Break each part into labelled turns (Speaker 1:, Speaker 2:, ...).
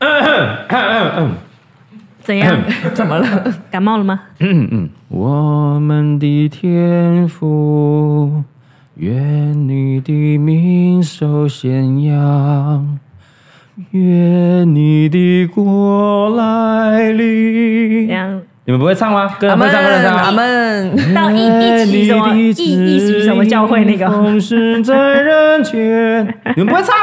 Speaker 1: 嗯
Speaker 2: 怎样？
Speaker 3: 怎么了？
Speaker 2: 感冒 了吗？
Speaker 1: 嗯我们的天赋，愿你的名受显扬，愿你的国来
Speaker 2: 怎
Speaker 1: 临。
Speaker 2: 样？
Speaker 1: 你们不会唱吗？跟
Speaker 3: 阿
Speaker 1: 人会
Speaker 3: 们
Speaker 1: 唱，跟人唱
Speaker 3: 阿
Speaker 1: 啊。
Speaker 3: 们，
Speaker 2: 到一一起什么一一起什么教会那个？
Speaker 1: 风是在人 间，你们不会唱？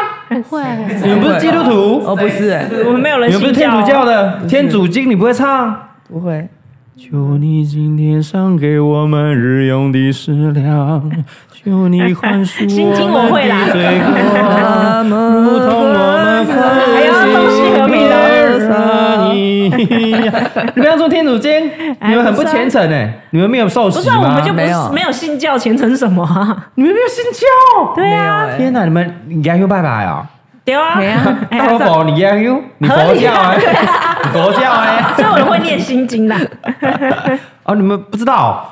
Speaker 4: 不会，
Speaker 1: 你们不是基督徒？
Speaker 3: 哦，不是，哎
Speaker 2: 我们没有人
Speaker 1: 你们不是
Speaker 2: 信
Speaker 1: 天主教
Speaker 2: 教，
Speaker 1: 的？天主经你不会唱？
Speaker 3: 不会，
Speaker 1: 求你今天赏给我们日用的食 粮，求你宽恕
Speaker 2: 心经
Speaker 1: 我
Speaker 2: 我
Speaker 1: 们
Speaker 2: 会啦
Speaker 1: 的罪过，
Speaker 3: 阿们，
Speaker 1: 如同我们
Speaker 2: 哎呀
Speaker 1: 宽
Speaker 2: 中西合
Speaker 1: 恕
Speaker 2: 璧
Speaker 3: 的
Speaker 1: 别 人一样。你不要说天主经，你们很不虔诚哎，你们没有受
Speaker 2: 不
Speaker 1: 洗
Speaker 2: 是啊，我
Speaker 1: 吗
Speaker 2: 们？就不
Speaker 3: 没
Speaker 2: 是
Speaker 3: 有
Speaker 2: 没有信教，虔诚什么啊？
Speaker 1: 你们没有信教？
Speaker 2: 对啊，
Speaker 3: 没有哎
Speaker 1: 天哪，你们你该又拜拜啊！
Speaker 2: 对啊
Speaker 3: 对啊，
Speaker 2: 哎
Speaker 1: 大头
Speaker 2: 呀
Speaker 1: 佛，你该又你佛教哎， 你佛教哎。
Speaker 2: 所以我会念心经啦。
Speaker 1: 哦，你们不知道？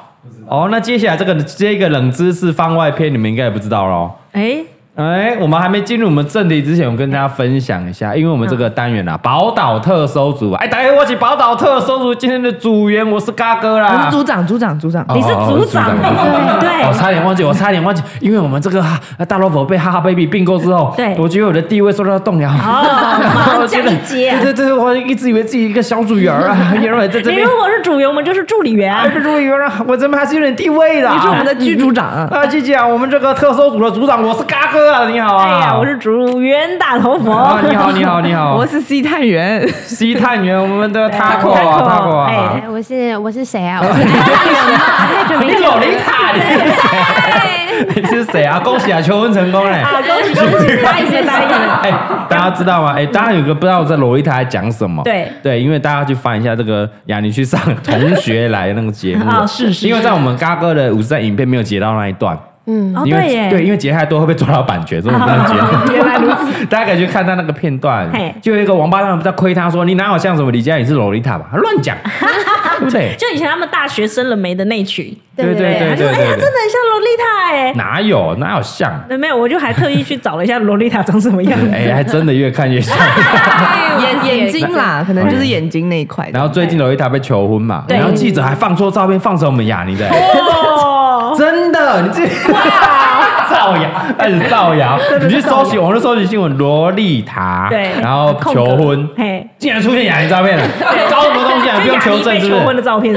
Speaker 1: 哦，那接下来这个这个冷知识番外篇，你们应该也不知道喽。
Speaker 2: 哎，
Speaker 1: 哎，我们还没进入我们正题之前，我跟大家分享一下，因为我们这个单元啊，宝岛特搜组啊，哎，大家我是宝岛特搜组今天的组员，我是嘎哥
Speaker 3: 我
Speaker 1: 啦
Speaker 3: 是。组长，组长，组长，
Speaker 1: 哦
Speaker 2: 你是
Speaker 1: 哦
Speaker 2: 组长
Speaker 1: 组长
Speaker 2: 对
Speaker 1: 我差点忘记，我差点忘记，因为我们这个哈大萝卜被哈哈 baby 并购之后，
Speaker 2: 对
Speaker 1: 我觉得我的地位受到动摇。
Speaker 2: 哦
Speaker 1: 我觉得
Speaker 2: 降一阶啊
Speaker 1: 对对对，我一直以为自己一个小组员儿啊， 原来在这
Speaker 2: 你
Speaker 1: 边
Speaker 2: 如果是组员，我们就是助理 员啊
Speaker 1: 还。是助理员啊，我这边还是有点地位的。
Speaker 3: 你是我们的剧组长，
Speaker 1: 啊，姐姐啊，我们这个特搜组的组长，我是嘎哥啊，你好啊。
Speaker 2: 哎呀，我是组员大头佛
Speaker 1: 啊，。你好，你好，你 好，
Speaker 3: 我是 C 探员，
Speaker 1: 西探员，我们的 taco
Speaker 2: 哎
Speaker 1: 啊
Speaker 2: Taco，
Speaker 1: ，taco 啊
Speaker 2: 哎，
Speaker 4: 哎，我是我是谁啊？我
Speaker 1: 哦
Speaker 4: 是太久
Speaker 1: 你
Speaker 4: 没
Speaker 1: 洛丽塔，你是谁啊？
Speaker 2: 哎
Speaker 1: 你是谁啊？恭喜啊，求婚成功嘞！
Speaker 2: 啊，恭喜恭喜，答应答应。
Speaker 1: 哎，大家知道吗？哎，大家有个不知道我在洛丽塔在讲什么？
Speaker 2: 对
Speaker 1: 对，因为大家去翻一下这个雅尼去上同学来那个节 目
Speaker 2: 啊是是
Speaker 1: 因为在我们嘎哥的五十赞影片没有截到那一段，
Speaker 4: 嗯，
Speaker 2: 哦，
Speaker 1: 因为
Speaker 2: 对耶，哦
Speaker 1: 对，因为截太多会被抓到版权，所以我们不能截。
Speaker 2: 原来如此。
Speaker 1: 大家可以去看他那个片段
Speaker 2: 嘿，
Speaker 1: 就有一个王八蛋不知道亏他说你哪有像什么李佳颖是洛丽塔吧？他乱 讲，对不对？
Speaker 2: 就以前他们大学生了没的那群，
Speaker 4: 对
Speaker 1: 对
Speaker 2: 他就
Speaker 1: 对
Speaker 2: 说：“哎呀，
Speaker 1: 对，
Speaker 2: 真的很像洛丽塔 哎。
Speaker 1: 哪有哪有 像？”
Speaker 2: 那没有，我就还特意去找了一下洛丽塔长什么样子。
Speaker 1: 哎，还真的越看越 像。
Speaker 3: 眼眼睛啦，可能就是眼睛那一块。
Speaker 1: 然后最近洛丽塔被求婚嘛，
Speaker 2: 对
Speaker 1: 然后记者还放错照片，放成我们雅尼的，
Speaker 2: 哦，
Speaker 1: 真的，你这 造谣，开始造 谣。你去搜寻，我就搜寻新闻，洛丽塔，
Speaker 2: 对，
Speaker 1: 然后
Speaker 2: 空格
Speaker 1: 求婚，
Speaker 2: 嘿，
Speaker 1: 竟然出现雅尼照片了，搞什么东西啊？不
Speaker 2: 就
Speaker 1: 用
Speaker 2: 雅
Speaker 1: 求
Speaker 2: 尼
Speaker 1: 证，
Speaker 2: 被
Speaker 1: 是不
Speaker 2: 求
Speaker 1: 是
Speaker 2: 婚？的照片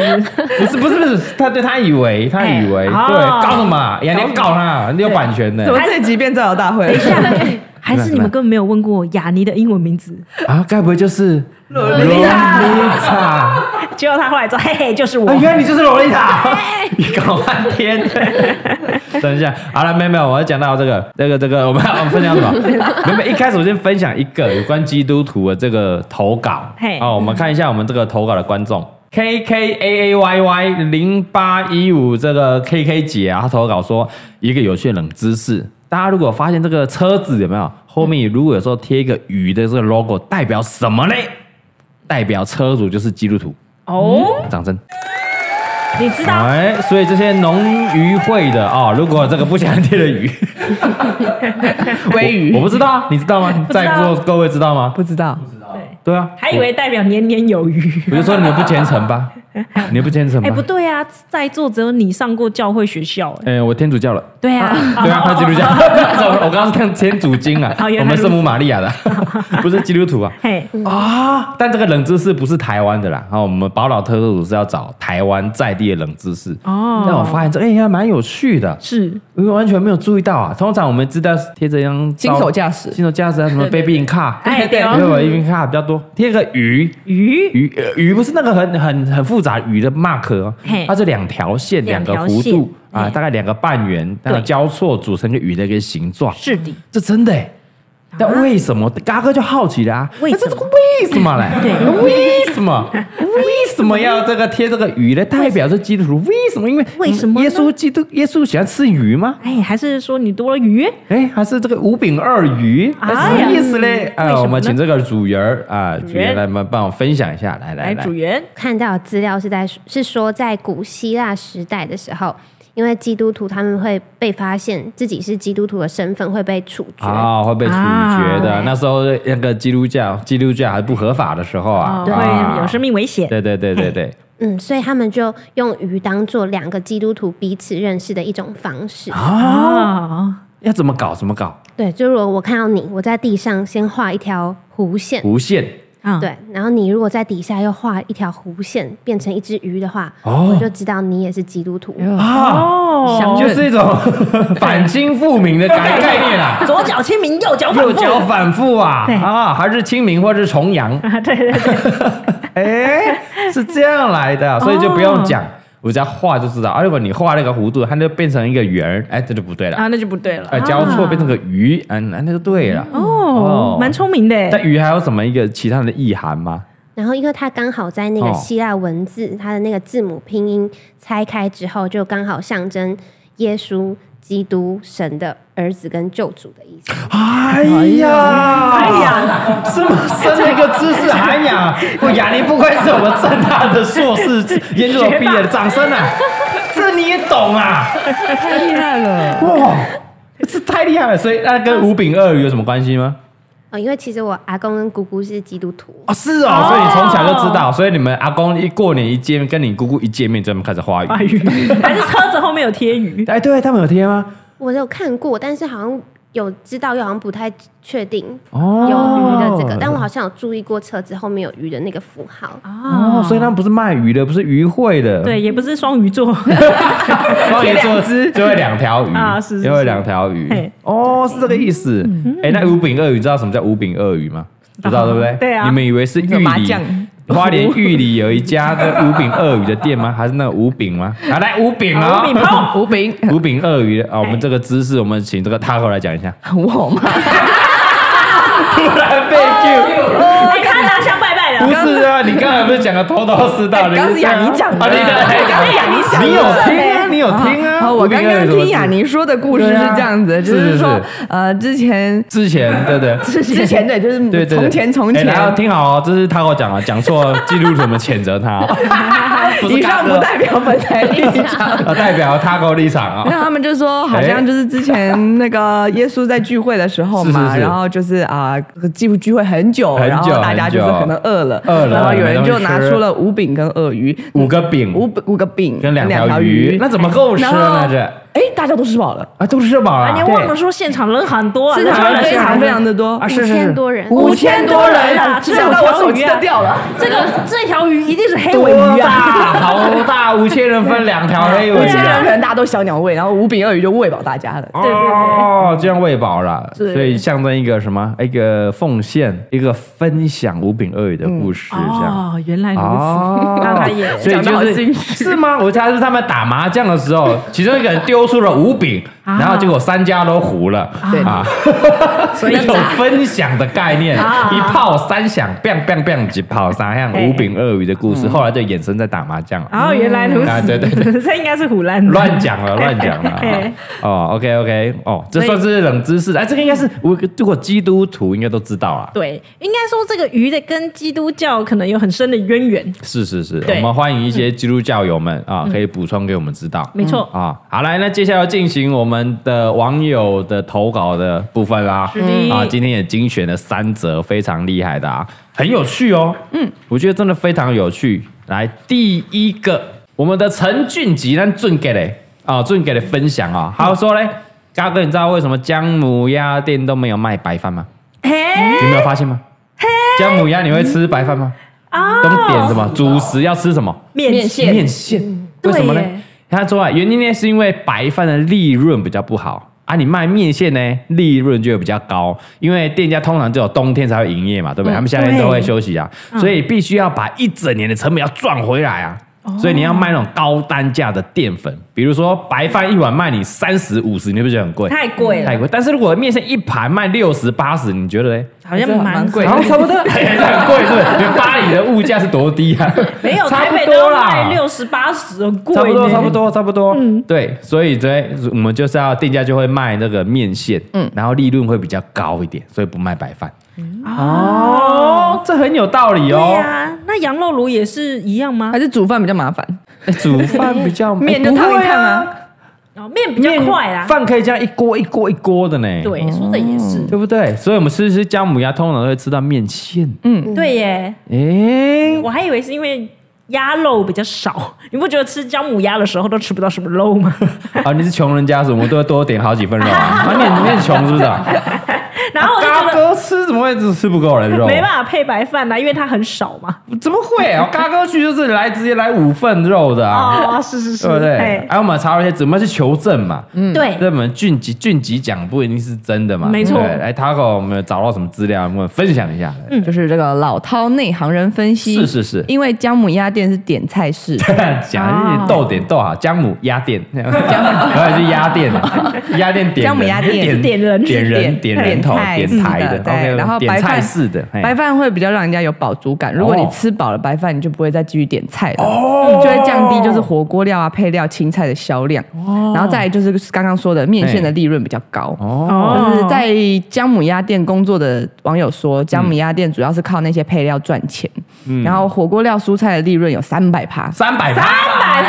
Speaker 1: 不
Speaker 2: 是不是？
Speaker 1: 是不是不是，他对他以为他以为、
Speaker 2: 哎
Speaker 1: 对
Speaker 2: 哦
Speaker 1: 告什么？人家告他，你有版权的
Speaker 3: 怎么这集变造谣大会？
Speaker 2: 还是你们根本没有问过雅尼的英文名字？
Speaker 1: 啊？该不会就是洛丽塔？
Speaker 2: 结果他后来说：“嘿嘿，就是我
Speaker 1: 啊，。原来你就是洛丽塔！ 你搞半天。 等一下，好了，没有没有，我要讲到这个这个这个，我们要分享什么？没有没有，一开始我先分享一个有关基督徒的这个投稿
Speaker 2: 嘿。
Speaker 1: 哦，我们看一下我们这个投稿的观众。K K A A Y Y 零八一五这个 K K 姐啊，她投稿说一个有趣的冷知识，大家如果发现这个车子有没有后面如果有时候贴一个鱼的这个 logo，代表什么呢？代表车主就是基督徒。”
Speaker 2: 哦，
Speaker 1: 掌声。
Speaker 2: 你知道
Speaker 1: 哎，所以这些农渔会的啊、如果这个不想贴的 鱼，
Speaker 3: 鲑
Speaker 1: 我
Speaker 3: 鱼
Speaker 1: 不知道啊，你知道 吗？
Speaker 2: 知道
Speaker 1: 在座各位知道吗？
Speaker 3: 不知道，
Speaker 1: 对啊，
Speaker 2: 还以为代表年年有余。
Speaker 1: 我就说你们不虔诚 吧，你们不虔诚吧？
Speaker 2: 哎，不对啊，在座只有你上过教会学校，哎，
Speaker 1: 哎、我天主教 了，
Speaker 2: 对啊，
Speaker 1: 对啊，他基督教， 我刚刚是看天主经啊，
Speaker 2: 哦原来
Speaker 1: 我们
Speaker 2: 如此
Speaker 1: 圣母玛利亚 的，不是基督徒啊。
Speaker 2: 嘿，
Speaker 1: 啊！但这个冷知识不是台湾的啦，然、后我们宝岛特搜组是要找台湾在地的冷知识。
Speaker 2: 哦
Speaker 1: 但我发现这个哎、还蛮有趣的，
Speaker 2: 是
Speaker 1: 因为完全没有注意到啊。通常我们知道贴这张照
Speaker 3: 新手驾驶
Speaker 1: 新手驾驶啊，什么 baby in car，
Speaker 2: 哎对嗯
Speaker 1: 因为我 baby in car 比较多。贴个鱼
Speaker 2: 鱼，
Speaker 1: 鱼呃鱼不是那个很很很复杂鱼的 mark，哦
Speaker 2: 嘿
Speaker 1: 它是两条线，两
Speaker 2: 两
Speaker 1: 个
Speaker 2: 条
Speaker 1: 弧
Speaker 2: 线
Speaker 1: 度啊，
Speaker 2: 嘿
Speaker 1: 大概两个半圆，然后
Speaker 2: 对
Speaker 1: 交错组成一个鱼的一个形状。
Speaker 2: 是的，
Speaker 1: 这真的欸。但为什么？嘎哥就好奇啦、啊，
Speaker 2: 为
Speaker 1: 那这
Speaker 2: 什么
Speaker 1: 这个为什么嘞？
Speaker 2: 对
Speaker 1: 为什什 么？为什么要这个贴这个鱼呢？代表是基督徒。为什么？因为
Speaker 2: 为什么呢
Speaker 1: 耶稣基督耶稣喜欢吃鱼吗？
Speaker 2: 哎，还是说你多了鱼？
Speaker 1: 哎，还是这个五饼二鱼，
Speaker 2: 哎
Speaker 1: 什么意思嘞？
Speaker 2: 为什么
Speaker 1: 啊，
Speaker 2: 呢
Speaker 1: 我们请这个主人儿啊，主
Speaker 2: 人
Speaker 1: 人来帮帮我分享一下，来来
Speaker 2: 来，
Speaker 1: 来
Speaker 2: 哎主，人，
Speaker 4: 看到的资料是在是说，在古希腊时代的时候，因为基督徒他们会被发现自己是基督徒的身份会被处决。
Speaker 1: 啊，会被处决的。
Speaker 4: 啊
Speaker 1: 那时候那个基督教，基督教还不合法的时候啊，啊
Speaker 2: 会哦有生命危险。
Speaker 1: 对对对对对，
Speaker 4: 嗯，所以他们就用鱼当做两个基督徒彼此认识的一种方式。
Speaker 2: 啊，
Speaker 1: 要怎么搞怎么搞，
Speaker 4: 对，就如果我看到你，我在地上先画一条弧线，
Speaker 1: 无限
Speaker 2: 啊，
Speaker 4: 对，然后你如果在底下又画一条弧线，变成一只鱼的话，
Speaker 1: 哦
Speaker 4: 我就知道你也是基督徒。
Speaker 1: 啊，
Speaker 2: 哦，
Speaker 1: 就是一种 反清复明的 概概念啊，
Speaker 2: 左脚清明，右 脚反
Speaker 1: 右
Speaker 2: 复。
Speaker 1: 脚反复啊
Speaker 2: 对
Speaker 1: 啊，还是清明或是重阳，
Speaker 2: 啊，对对对， 哦
Speaker 1: 哎，是这样来的，所以就不用讲，我只要画就知道。啊，如果你画那个弧度，它就变成一个圆儿，哎，这就不对了，
Speaker 2: 啊，那就不对了
Speaker 1: 哎，。交错变成个鱼，嗯，那那就对了。
Speaker 2: 哦
Speaker 1: 哦，
Speaker 2: 蛮聪明的。
Speaker 1: 但鱼还有什么一个其他的意涵吗？
Speaker 4: 然后，因为它刚好在那
Speaker 1: 哦
Speaker 4: 个希腊文字，它的那个字母拼音拆开之后，就刚好象征耶稣基督神的儿子跟救主的意思。
Speaker 1: 哎呀，哎
Speaker 2: 啊
Speaker 1: 呀，这么深的一个知识涵 养，我雅尼不愧是我们正大的硕士研究所毕业的，掌声啊！这你也懂啊？
Speaker 3: 太厉害了。
Speaker 1: 哇，这太厉害了！所以那跟五饼二鱼有什么关系吗？
Speaker 4: 哦，因为其实我阿公跟姑姑是基督徒，
Speaker 1: 哦，是哦，所以你从小就知道，所以你们阿公一过年一见面，跟你姑姑一见面，专门开始花语。
Speaker 2: 花鱼，
Speaker 1: 哦
Speaker 2: 还是车子后面有贴鱼？
Speaker 1: 哎，对他们有贴吗？
Speaker 4: 我有看过，但是好像有知道，又好像不太确定有
Speaker 1: 哦，
Speaker 4: 鱼的这个，但我好像有注意过车子后面有鱼的那个符号。
Speaker 1: 哦，所以他们不是卖鱼的，不是鱼会的，
Speaker 2: 对，，也不是双鱼
Speaker 1: 哦
Speaker 2: 座，
Speaker 1: 双鱼座就会两条鱼
Speaker 2: 啊是是是
Speaker 1: 就会两条鱼
Speaker 2: 嘿。
Speaker 1: 哦，是这个意思。哎，那五饼二鱼，知道什么叫五饼二鱼吗？不知道对不对？
Speaker 2: 对啊
Speaker 1: 你们以为是玉
Speaker 3: 有麻
Speaker 1: 里
Speaker 3: 将
Speaker 1: 花莲玉里有一家的五饼二鱼的店吗？还是那个五饼吗？啊，来五饼啊，
Speaker 2: 五饼 泡
Speaker 3: 吴饼，
Speaker 1: 五饼二鱼啊，我们这个知识，我们请这个 Taco 来讲一下。
Speaker 3: 我吗？
Speaker 1: 突然被 Q，
Speaker 2: 哎，看他像拜拜
Speaker 1: 不
Speaker 2: 的，
Speaker 1: 是啊，你刚才不是讲的头头是道的？
Speaker 3: 哎刚是雅尼讲的
Speaker 1: 啊你
Speaker 2: 刚才雅尼讲的
Speaker 1: 你有听啊？你有听啊？
Speaker 3: 哦好，我刚刚听雅尼说的故事是这样子，
Speaker 1: 对啊
Speaker 3: 就是是
Speaker 1: 是
Speaker 3: 说
Speaker 1: 是，
Speaker 3: 呃，之前
Speaker 1: 之前对不对？
Speaker 3: 之前对，就是
Speaker 1: 对对对，
Speaker 3: 从前从
Speaker 1: 哎
Speaker 3: 前，
Speaker 1: 然后听好哦，这是 Taco 讲了，讲错记录我们谴责他哦，不是
Speaker 3: 以上不
Speaker 1: Taco
Speaker 3: 代表本台立场。
Speaker 1: 啊代表 Taco 立场啊。
Speaker 3: 那他们就说，好像就是之前那个耶稣在聚会的时候嘛，
Speaker 1: 是是是
Speaker 3: 然后就是啊，聚、聚会很久，
Speaker 1: 很久
Speaker 3: 然后大家就是
Speaker 1: 很久
Speaker 3: 可能饿了，
Speaker 1: 饿了
Speaker 3: 然后有
Speaker 1: 没
Speaker 3: 人
Speaker 1: 东西
Speaker 3: 就拿
Speaker 1: 吃
Speaker 3: 出了五饼跟鳄鱼，
Speaker 1: 五个饼
Speaker 3: 五五个饼
Speaker 1: 跟两条
Speaker 3: 鱼
Speaker 1: 鱼，，那怎么够吃
Speaker 3: 然
Speaker 1: 呢
Speaker 3: 后？
Speaker 1: 这
Speaker 3: 哎，大家都吃饱了，
Speaker 1: 啊都吃饱
Speaker 2: 啊，
Speaker 1: 了
Speaker 2: 你，忘了说现场人很多啊，
Speaker 3: 真的
Speaker 2: 人很
Speaker 3: 非常非常的多
Speaker 1: 啊
Speaker 4: 五
Speaker 1: 是是是
Speaker 4: 千多人，
Speaker 2: 五千多人啊
Speaker 3: 至少到我手机都掉了。
Speaker 2: 这个这条鱼一定是黑尾
Speaker 1: 多
Speaker 2: 鱼啊！
Speaker 1: 大？好大，五千人分两条黑
Speaker 3: 五
Speaker 1: 尾鱼
Speaker 3: 千
Speaker 1: 啊。
Speaker 3: 人可能大家都小鸟胃，然后五饼鳄鱼就喂饱大家了。
Speaker 2: 对对
Speaker 1: 哦，这样喂饱了，
Speaker 3: 对
Speaker 1: 所以象征一个什么？一个奉献，一个分享五饼鳄鱼的故事，啊这样。
Speaker 2: 哦，原来如此，
Speaker 1: 哦
Speaker 2: 那他也
Speaker 1: 所以
Speaker 3: 讲得好
Speaker 1: 就是
Speaker 3: 心
Speaker 1: 是吗？我猜是他们打麻将的时 候，其中一个人丢出了五饼，
Speaker 2: 啊
Speaker 1: 然后结果三家都胡了
Speaker 3: 对
Speaker 1: 啊，所以有分享的概念，
Speaker 2: 啊
Speaker 1: 一炮三响，bang bang bang 几炮三响，
Speaker 2: 哎
Speaker 1: 五饼鳄鱼的故事，后来就衍生在打麻将了。
Speaker 2: 哦，原来如
Speaker 1: 啊
Speaker 2: 此，
Speaker 1: 对对对，
Speaker 2: 这应该是虎烂的
Speaker 1: 乱讲 了，乱讲了
Speaker 2: 嘿。
Speaker 1: 哦，OK OK，哦，这
Speaker 2: 哎所以
Speaker 1: 算是冷知识。哎，这个应该是我如果基督徒应该都知道啊啦。
Speaker 2: 对，应该说这个鱼的跟基督教可能有很深的渊源，
Speaker 1: 是是是，
Speaker 2: 对嗯
Speaker 1: 我们欢迎一些基督教友们啊，可以补充给我们知道。
Speaker 2: 没错。
Speaker 1: 啊，好来，那接下来进行我们的网友的投稿的部分啦。
Speaker 2: 是的
Speaker 1: 啊，今天也精选了三则非常厉害的啊，很有趣哦。嗯，我觉得真的非常有趣。来，第一个，我们的陈俊吉，咱俊给嘞啊，俊给的分享啊，他说嘞，嘎哥，你知道为什么姜母鸭店都没有卖白饭吗？
Speaker 2: 嘿
Speaker 1: 你有没有发现吗？姜母鸭你会吃白饭吗？
Speaker 2: 啊，
Speaker 1: 都点什么？主食要吃什么？
Speaker 2: 面线嗯
Speaker 1: 面线，为什么呢
Speaker 2: 对耶？
Speaker 1: 他说啊，原因呢是因为白饭的利润比较不好啊，你卖面线呢利润就会比较高，因为店家通常只有冬天才会营业嘛，
Speaker 2: 嗯
Speaker 1: 对不对？他们夏天都会休息啊，所以
Speaker 2: 哦
Speaker 1: 必须要把一整年的成本要赚回来啊，所以你要卖那种高单价的淀粉。比如说白饭一碗卖你三十五十，你会不会觉得很贵？
Speaker 2: 太贵
Speaker 1: 太
Speaker 2: 了，
Speaker 1: 贵。但是如果面线一盘卖六十八十，你觉得嘞？
Speaker 2: 好像
Speaker 3: 这蛮
Speaker 2: 蛮
Speaker 3: 贵
Speaker 1: 好 像差不多，哎这很贵是不是？你们巴黎的物价是多低啊？
Speaker 2: 没有
Speaker 1: 差
Speaker 2: 台
Speaker 1: 不
Speaker 2: 北
Speaker 1: 多
Speaker 2: 都
Speaker 1: 啦
Speaker 2: 卖六十八十，很贵
Speaker 1: 差不多，
Speaker 2: 呢
Speaker 1: 差不。多，差不多。
Speaker 2: 嗯
Speaker 1: 对，所以这我们就是要店家就会卖那个面线，嗯，然后利润会比较高一点，所以不卖白饭。哦，这很有道理
Speaker 2: 嗯对
Speaker 1: 哦。
Speaker 2: 呀，那羊肉炉也是一样吗
Speaker 3: 还？是煮饭比较麻烦，
Speaker 1: 哎煮饭比 较
Speaker 3: 面
Speaker 1: 哎
Speaker 3: 就
Speaker 1: 不
Speaker 3: 烫一
Speaker 1: 会
Speaker 3: 烫
Speaker 1: 啊，
Speaker 3: 啊，
Speaker 2: 哦，面比较
Speaker 1: 面
Speaker 2: 快啦。
Speaker 1: 饭可以这样一锅一锅一锅的呢。。
Speaker 2: 对，说的也是，
Speaker 1: 对不对？所以我们吃吃姜母鸭，通常都会吃到面线。
Speaker 2: 对耶。
Speaker 1: 哎，
Speaker 2: 我还以为是因为鸭肉比较少， 你不觉得吃姜母鸭的时候都吃不到什么肉吗？
Speaker 1: 啊，你是穷人家属，我们都会多点好几份肉啊。啊，你很你很穷是不是啊？
Speaker 2: 然哦后我就觉
Speaker 1: 嘎
Speaker 2: 得
Speaker 1: 哥吃怎么会只吃不够人肉？
Speaker 2: 没办法配白饭啊啦、因为它很少嘛。
Speaker 1: 怎么会 啊？嘎哥去就是来直接来五份肉的啊，
Speaker 2: 哦，是是是，
Speaker 1: 对不对？
Speaker 2: 哎
Speaker 1: 哎、我们查了一些，怎么是求证嘛？嗯，
Speaker 2: 对
Speaker 1: 对，我们俊吉俊吉讲不一定是真的嘛，
Speaker 2: 没错
Speaker 1: 对哎，Taco，我们有找到什么资料？我们分享一下。
Speaker 3: 就是这个老饕内行人分析，
Speaker 1: 是是是，
Speaker 3: 因为姜母鸭店是点菜式，
Speaker 1: 讲一逗点逗好，姜母鸭店， 然后就鸭店啊，鸭店点人
Speaker 3: 啊姜母鸭店
Speaker 1: 点
Speaker 2: 点人
Speaker 1: 点人点人头
Speaker 3: 点菜
Speaker 1: 点台的
Speaker 3: 是的对
Speaker 1: OK，
Speaker 3: 然后
Speaker 1: 点
Speaker 3: 白
Speaker 1: 菜
Speaker 3: 饭
Speaker 1: 式的哎嘿
Speaker 3: 白饭会比较让人家有饱足感。如果你吃饱了白饭，你就不会再继续点菜了，
Speaker 1: 哦
Speaker 3: 就会降低就是火锅料啊、配料、青菜的销量。然后再来就是刚刚说的面线的利润比较高。
Speaker 1: 哦，
Speaker 3: 就是在姜母鸭店工作的网友说，姜母鸭店主要是靠那些配料赚钱，
Speaker 1: 嗯
Speaker 3: 然后火锅料、蔬菜的利润有三百趴，
Speaker 1: 三百趴，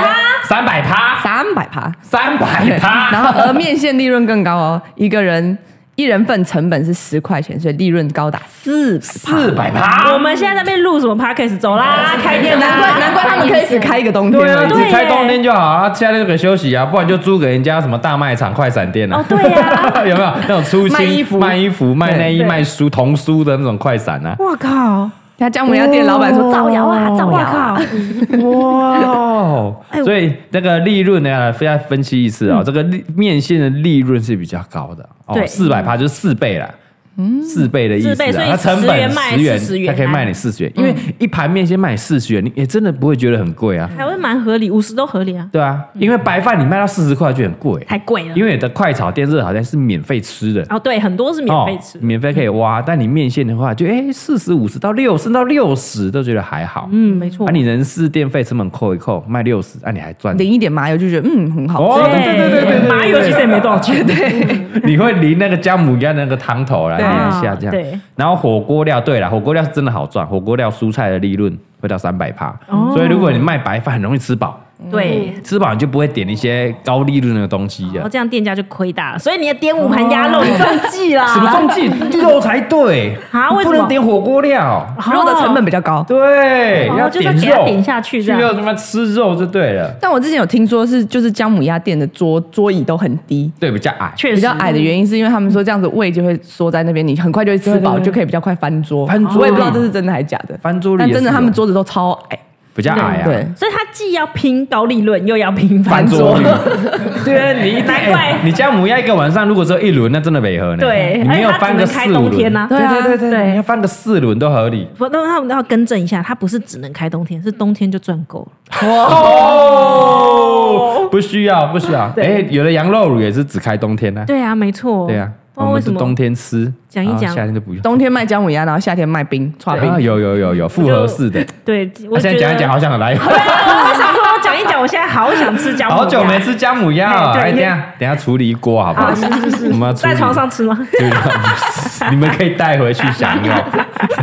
Speaker 1: 三百趴，
Speaker 3: 三百趴，
Speaker 1: 三百趴，
Speaker 3: 然后而面线利润更高哦，一个人一人份成本是十块钱，所以利润高达四
Speaker 1: 四百趴，
Speaker 2: 我们现在在那边录什么 podcast？走
Speaker 1: 嗯
Speaker 2: 啦，开店啦！
Speaker 3: 难怪难怪他们可以只开一个冬天
Speaker 1: 对啊，
Speaker 3: 而已，
Speaker 1: 只
Speaker 2: 对耶
Speaker 1: 开冬天就好啊，夏天就可以休息啊，不然就租给人家什么大卖场、快闪店啊。
Speaker 2: 哦，对呀、
Speaker 1: 有没有那种出清
Speaker 3: 卖衣服
Speaker 1: 卖衣服、卖内衣、
Speaker 2: 对
Speaker 1: 卖书、童书的那种快闪啊？
Speaker 2: 我靠，
Speaker 3: 他姜母鸭店老板说造谣啊，造
Speaker 2: 我
Speaker 3: 谣啊
Speaker 2: 靠，，
Speaker 1: 哇！哦
Speaker 2: 哎我嗯
Speaker 1: 所以那个利润呢，非要分析一次啊、这个利面线的利润是比较高的哦，
Speaker 2: 对嗯
Speaker 1: 四百趴就是四倍啦。四倍的意思
Speaker 2: 四倍
Speaker 1: 啊
Speaker 2: 所，以
Speaker 1: 它成本
Speaker 2: 10元卖40元嗯
Speaker 1: 它可以卖你四十元，因为一盘面线卖你四十元，你也真的不会觉得很贵啊，
Speaker 2: 台湾蛮合理，五十都合理啊，
Speaker 1: 对啊，因为白饭你卖到四十块就很贵，
Speaker 2: 太贵了
Speaker 1: 因。为你的快炒店热好像是免费吃的，
Speaker 2: 哦，对，很多是免费吃
Speaker 1: 哦，，免费可以挖，但你面线的话就哎四十五十到六十到六十都觉得还好，
Speaker 2: 嗯，没错
Speaker 1: 啊，，你人事电费成本扣一扣，卖六十，啊，你还赚
Speaker 3: 淋一点麻油就觉得嗯很好
Speaker 1: 哦
Speaker 3: 吃，
Speaker 1: 对对对对对对
Speaker 2: 麻油其实也没多少钱，
Speaker 1: 你会离那个姜母鸭那个汤头来
Speaker 3: 对
Speaker 1: 捏一下这样。
Speaker 2: 对
Speaker 1: 然后火锅料，对了，火锅料是真的好赚，火锅料蔬菜的利润会到三百趴，
Speaker 2: 哦
Speaker 1: 所以如果你卖白饭，很容易吃饱，
Speaker 2: 嗯对。
Speaker 1: 吃饱你就不会点一些高利润的东西
Speaker 2: 然
Speaker 1: 呀
Speaker 2: 后。这样店家就亏大了，所以你要点五盘鸭肉，你中计啦！
Speaker 1: 什 么中计肉才对
Speaker 2: 啊
Speaker 1: 你
Speaker 2: 为什
Speaker 1: 不
Speaker 2: 么
Speaker 1: 能点火锅料，
Speaker 3: 肉的成本比较高。
Speaker 1: 对，
Speaker 2: 哦
Speaker 1: 要
Speaker 2: 就是
Speaker 1: 点
Speaker 2: 给它
Speaker 1: 肉，
Speaker 2: 点下去
Speaker 1: 去
Speaker 2: 这样
Speaker 1: 要他妈吃肉就对了，
Speaker 3: 但我之前有听说是就是姜母鸭店的桌桌椅都很低。
Speaker 1: 对，比较矮，
Speaker 2: 确实
Speaker 3: 比较矮的原因是因为他们说这样子胃就会缩在那边，你很快就会吃饱，就可以比较快翻桌。
Speaker 1: 翻桌
Speaker 3: 我也不知道这是真的还是假的。
Speaker 1: 翻桌率
Speaker 3: 但
Speaker 1: 也
Speaker 3: 真的
Speaker 1: 是
Speaker 3: 他们
Speaker 1: 有
Speaker 3: 桌子都超矮，
Speaker 1: 比较矮啊，
Speaker 3: 对，
Speaker 2: 所以他既要拼高利润，又要拼翻
Speaker 1: 翻
Speaker 2: 桌
Speaker 1: 桌。率，对啊，你一定
Speaker 2: 难怪
Speaker 1: 哎你家母鸭一个晚上如果只有一轮，那真的没喝呢。
Speaker 2: 对，
Speaker 1: 你没有
Speaker 2: 而且他
Speaker 1: 翻个
Speaker 2: 只能
Speaker 1: 四
Speaker 2: 开
Speaker 1: 五
Speaker 2: 冬
Speaker 1: 轮
Speaker 2: 天呢、
Speaker 3: 对啊
Speaker 1: 对对
Speaker 2: 对
Speaker 1: 你要翻个四轮都合理。
Speaker 2: 不，那他们要更正一下，他不是只能开冬天，是冬天就赚够了。
Speaker 1: 哦，不需要，不需要。哎，有的羊肉乳也是只开冬天呢。
Speaker 2: 对啊，没错。
Speaker 1: 对啊，
Speaker 2: 不
Speaker 1: 我
Speaker 2: 知道为
Speaker 1: 们
Speaker 2: 什
Speaker 1: 是
Speaker 2: 么
Speaker 1: 冬天吃，
Speaker 2: 讲一
Speaker 1: 然后
Speaker 2: 讲
Speaker 1: 夏天就不用。
Speaker 3: 冬天卖姜母鸭，然后夏天卖冰串冰
Speaker 1: 啊，。有有有有复合式的。
Speaker 2: 对，我
Speaker 1: 啊现在
Speaker 2: 觉
Speaker 1: 讲
Speaker 2: 得
Speaker 1: 一讲，好想来，
Speaker 2: 我想说，我讲一讲，我现在好想吃姜母鸭
Speaker 1: 好久没。吃姜母鸭了。
Speaker 2: 哎对
Speaker 1: 哎，等
Speaker 2: 因
Speaker 1: 一
Speaker 2: 为
Speaker 1: 下等一下处理一锅好不好？是 是是，我们要处理
Speaker 2: 在床上吃吗？
Speaker 1: 对吧你们可以带回去享用。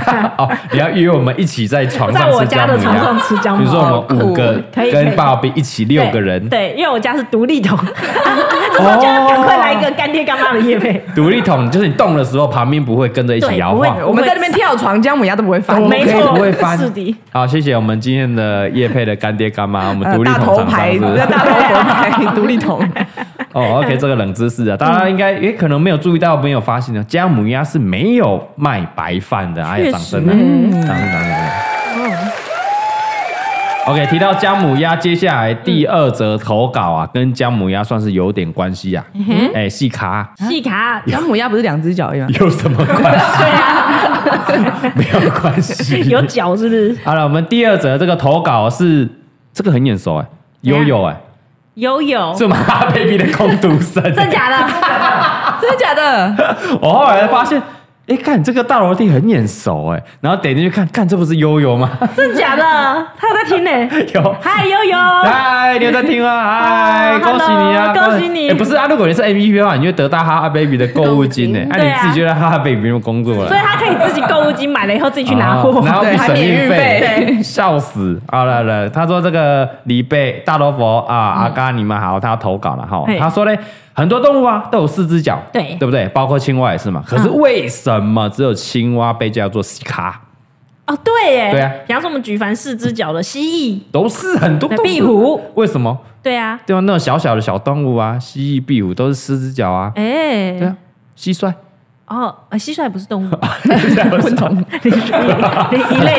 Speaker 1: 哦，你要约我们一起在床
Speaker 2: 在
Speaker 1: 上
Speaker 2: 我
Speaker 1: 吃
Speaker 2: 家
Speaker 1: 姜
Speaker 2: 的
Speaker 1: 母
Speaker 2: 床上
Speaker 1: 鸭。
Speaker 2: 吃姜
Speaker 1: 比
Speaker 2: 母
Speaker 1: 如
Speaker 2: 鸭。
Speaker 1: 说我们五个
Speaker 2: 可以可
Speaker 1: 跟
Speaker 2: 以
Speaker 1: 爸比一起六个人，哦
Speaker 2: 对，对因为我家是独立桶， 这时候就要赶快来一个干爹干妈的夜 配。
Speaker 1: 独立桶就是你动的时候旁边不会跟着一起
Speaker 2: 对
Speaker 1: 摇
Speaker 2: 不会
Speaker 1: 晃。
Speaker 3: 我们在那边跳床，姜母鸭都不会翻。
Speaker 2: 没错，
Speaker 1: 不会翻
Speaker 2: 是的。
Speaker 1: 好，谢谢我们今天的叶配的干爹干妈，我们
Speaker 3: 呃
Speaker 1: 独立
Speaker 3: 大
Speaker 1: 桶
Speaker 3: 头
Speaker 1: 厂商
Speaker 3: 牌，呃
Speaker 1: 是不 是
Speaker 3: 大？头 牌，独立桶。
Speaker 1: 哦，OK，这个冷知识
Speaker 2: 嗯
Speaker 1: 啊，大家应该也可能没有注意到，没有发现呢，姜母鸭是没有卖白饭的。哎呀，
Speaker 2: 确
Speaker 1: 掌
Speaker 2: 实嗯哦
Speaker 1: 声啊！掌声，掌声，掌声。OK，提到姜母鸭，接下来第二则投稿啊，跟姜母鸭算是有点关系啊。
Speaker 2: 嗯
Speaker 1: 哎，细卡
Speaker 2: 细卡，
Speaker 3: 姜母鸭不是两只脚而已吗？
Speaker 1: 有什么关系？ 没有关系。
Speaker 2: 有脚是不是？
Speaker 1: 好了，我们第二则这个投稿是这个很眼熟哎、
Speaker 2: 怎
Speaker 1: 悠
Speaker 2: 样
Speaker 1: 悠哎、
Speaker 2: 有有，
Speaker 1: 是马哈 baby 的空读生。
Speaker 2: 啊 真假的？
Speaker 3: 真的假的？
Speaker 1: 我后来发现，哎，看这个大楼地很眼熟哎，然后点进去看，看这不是悠悠吗？
Speaker 2: 真假的？他有在听呢。
Speaker 1: 有。
Speaker 2: 嗨，悠 悠，
Speaker 1: 嗨，你有在听吗？嗨，
Speaker 2: Hello，
Speaker 1: 恭喜你啊！
Speaker 2: 恭喜你
Speaker 1: 哎，不是啊，如果你是 A P P 的话，你会得到哈哈 baby 的购物金呢。
Speaker 4: 购物金
Speaker 1: 哎，
Speaker 2: 对
Speaker 1: 你
Speaker 2: 啊
Speaker 1: 自己就在哈哈 baby 那边工作了
Speaker 2: 所以。他可以自己购物金买了以后自己去拿货
Speaker 1: 哦。然后
Speaker 3: 对
Speaker 1: 不省运
Speaker 3: 还免运
Speaker 1: 费，笑死！好了了，他说这个李贝大萝卜啊，阿嘎你们好，他要投稿了哈
Speaker 2: 嘿。
Speaker 1: 他说呢，很多动物啊都有四只脚，
Speaker 2: 对
Speaker 1: 对不对？包括青蛙也是嘛。可是为什么只有青蛙被叫做西卡？
Speaker 2: 哦，对耶，
Speaker 1: 对啊
Speaker 2: 比方说我们举凡四只脚的蜥蜴、
Speaker 1: 都是很多
Speaker 2: 那
Speaker 1: 都是
Speaker 2: 壁，虎，
Speaker 1: 为什么？
Speaker 2: 对啊，
Speaker 1: 对啊，那种小小的小动物啊，蜥蜴、壁虎都是四只脚啊。
Speaker 2: 哎
Speaker 1: 对，啊，蟋 蟀。
Speaker 2: 哦，呃，蟋蟀不是动物，
Speaker 1: 昆虫，
Speaker 2: 一 类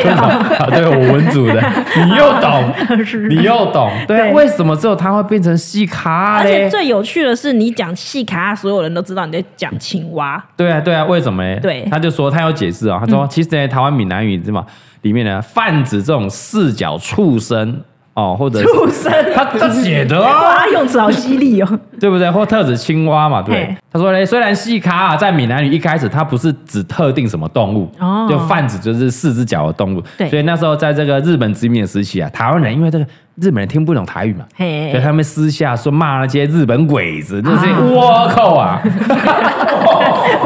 Speaker 2: 的哦，
Speaker 1: 啊，对我文 组的，你又懂，你又懂，对啊，
Speaker 2: 对
Speaker 1: 为什么只有它会变成西卡
Speaker 2: 而且
Speaker 1: 啊嘞？
Speaker 2: 最有趣的是，你讲细卡，所有人都知道你在讲青蛙。
Speaker 1: 对啊，对啊，为什么呢？
Speaker 2: 对嗯
Speaker 1: 他就说他有解释啊、他说、其实呢，台湾闽南语是嘛，里面呢泛指这种四脚畜生哦，或者是
Speaker 2: 畜生，
Speaker 1: 他他写的哦，
Speaker 2: 哇，他用词好犀利哦。
Speaker 1: 对不对？或特指青蛙嘛，对不对
Speaker 2: 嘿。
Speaker 1: 他说嘞，哎虽然细卡啊在闽南语一开始它不是指特定什么动物，
Speaker 2: 哦
Speaker 1: 就泛指就是四只脚的动物。
Speaker 2: 对
Speaker 1: 所以那时候在这个日本殖民的时期啊，台湾人因为这个日本人听不懂台语嘛。所以
Speaker 2: 嘿，
Speaker 1: 他们私下说骂那些日本鬼子，那些倭寇 啊！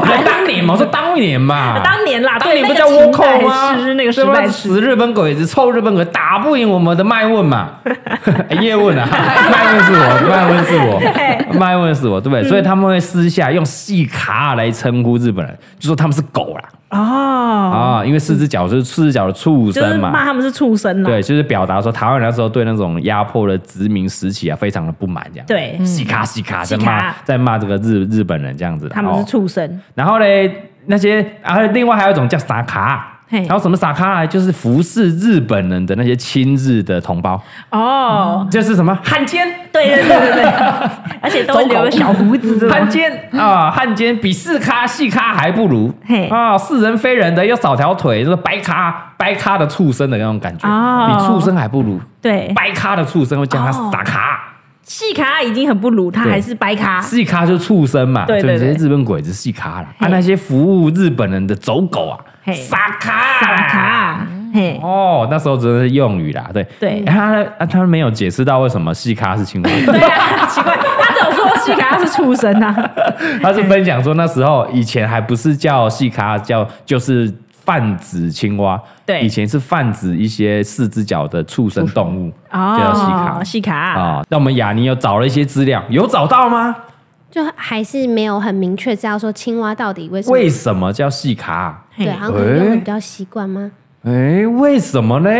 Speaker 1: 来当年嘛，我说当年嘛，
Speaker 2: 当年啦，
Speaker 1: 当
Speaker 2: 对，
Speaker 1: 年啊不
Speaker 2: 那
Speaker 1: 叫
Speaker 2: 个
Speaker 1: 倭
Speaker 2: 时
Speaker 1: 寇
Speaker 2: 代
Speaker 1: 吗？
Speaker 2: 是是那个时
Speaker 1: 对吧
Speaker 2: 代是。
Speaker 1: 死日本鬼子、臭日本鬼子打不赢我们的麦问嘛？ 哎叶问啊， 麦问是我，麦问是 我，麦问是我，对不对？
Speaker 2: 嗯
Speaker 1: 所以他们会私下用细卡来称呼日本人，就说他们是狗啦
Speaker 2: 哦，
Speaker 1: 啊，因为四只脚就是四只脚的畜
Speaker 2: 就是
Speaker 1: 生
Speaker 2: 骂
Speaker 1: 嘛。
Speaker 2: 他们是畜生啦。
Speaker 1: 对，就是表达说台湾那时候对那种压迫的殖民时期啊，非常的不满，这样。
Speaker 2: 对
Speaker 1: 细卡细卡在
Speaker 2: 细
Speaker 1: 骂
Speaker 2: 卡
Speaker 1: 在骂这个日日本人这样子。
Speaker 2: 他们
Speaker 1: 哦
Speaker 2: 是畜生。
Speaker 1: 然后嘞，那些啊，另外还有一种叫傻卡，
Speaker 2: 嘿
Speaker 1: 还有什么傻卡啊？就是服侍日本人的那些亲日的同胞，
Speaker 2: 哦，
Speaker 1: 就是什么汉奸、
Speaker 2: 对对对对 对，而且都会留个小胡子这
Speaker 1: 汉
Speaker 2: 种。
Speaker 1: 奸啊，汉奸比四咖细咖还不如
Speaker 2: 嘿
Speaker 1: 啊，是人非人的又少条腿，就是白咖白咖的畜生的那种感觉，
Speaker 2: 哦
Speaker 1: 比畜生还不如，
Speaker 2: 对，
Speaker 1: 白咖的畜生会叫他
Speaker 2: 哦
Speaker 1: 傻咖。
Speaker 2: 细卡已经很不如，他
Speaker 1: 对
Speaker 2: 还是白卡。
Speaker 1: 细咖就是畜生嘛，
Speaker 2: 啊对对
Speaker 1: 就
Speaker 2: 对
Speaker 1: 这些日本鬼子细咖啦，啊
Speaker 2: 嘿
Speaker 1: 那些服务日本人的走狗啊，
Speaker 2: 嘿
Speaker 1: 傻咖啦
Speaker 2: 傻卡，嘿，
Speaker 1: 啊哦，那时候只是用语啦，对
Speaker 2: 对
Speaker 1: 欸他啊他没有解释到为什么细咖是青蛙，
Speaker 2: 对啊，奇怪，他只有说细卡是畜生啊。
Speaker 1: 他是分享说那时候以前还不是叫细咖，叫就是泛指青蛙，
Speaker 2: 对
Speaker 1: 以前是泛指一些四只脚的畜生动物，叫细
Speaker 2: 哦
Speaker 1: 咖，
Speaker 2: 细卡啊，
Speaker 1: 啊。那我们雅尼有找了一些资料，有找到吗？
Speaker 4: 就还是没有很明确知道说青蛙到底为什么
Speaker 1: 为什么叫细咖？
Speaker 4: 对，
Speaker 2: 嘿
Speaker 4: 好像可能用的比较习惯吗？
Speaker 1: 哎、为什么呢？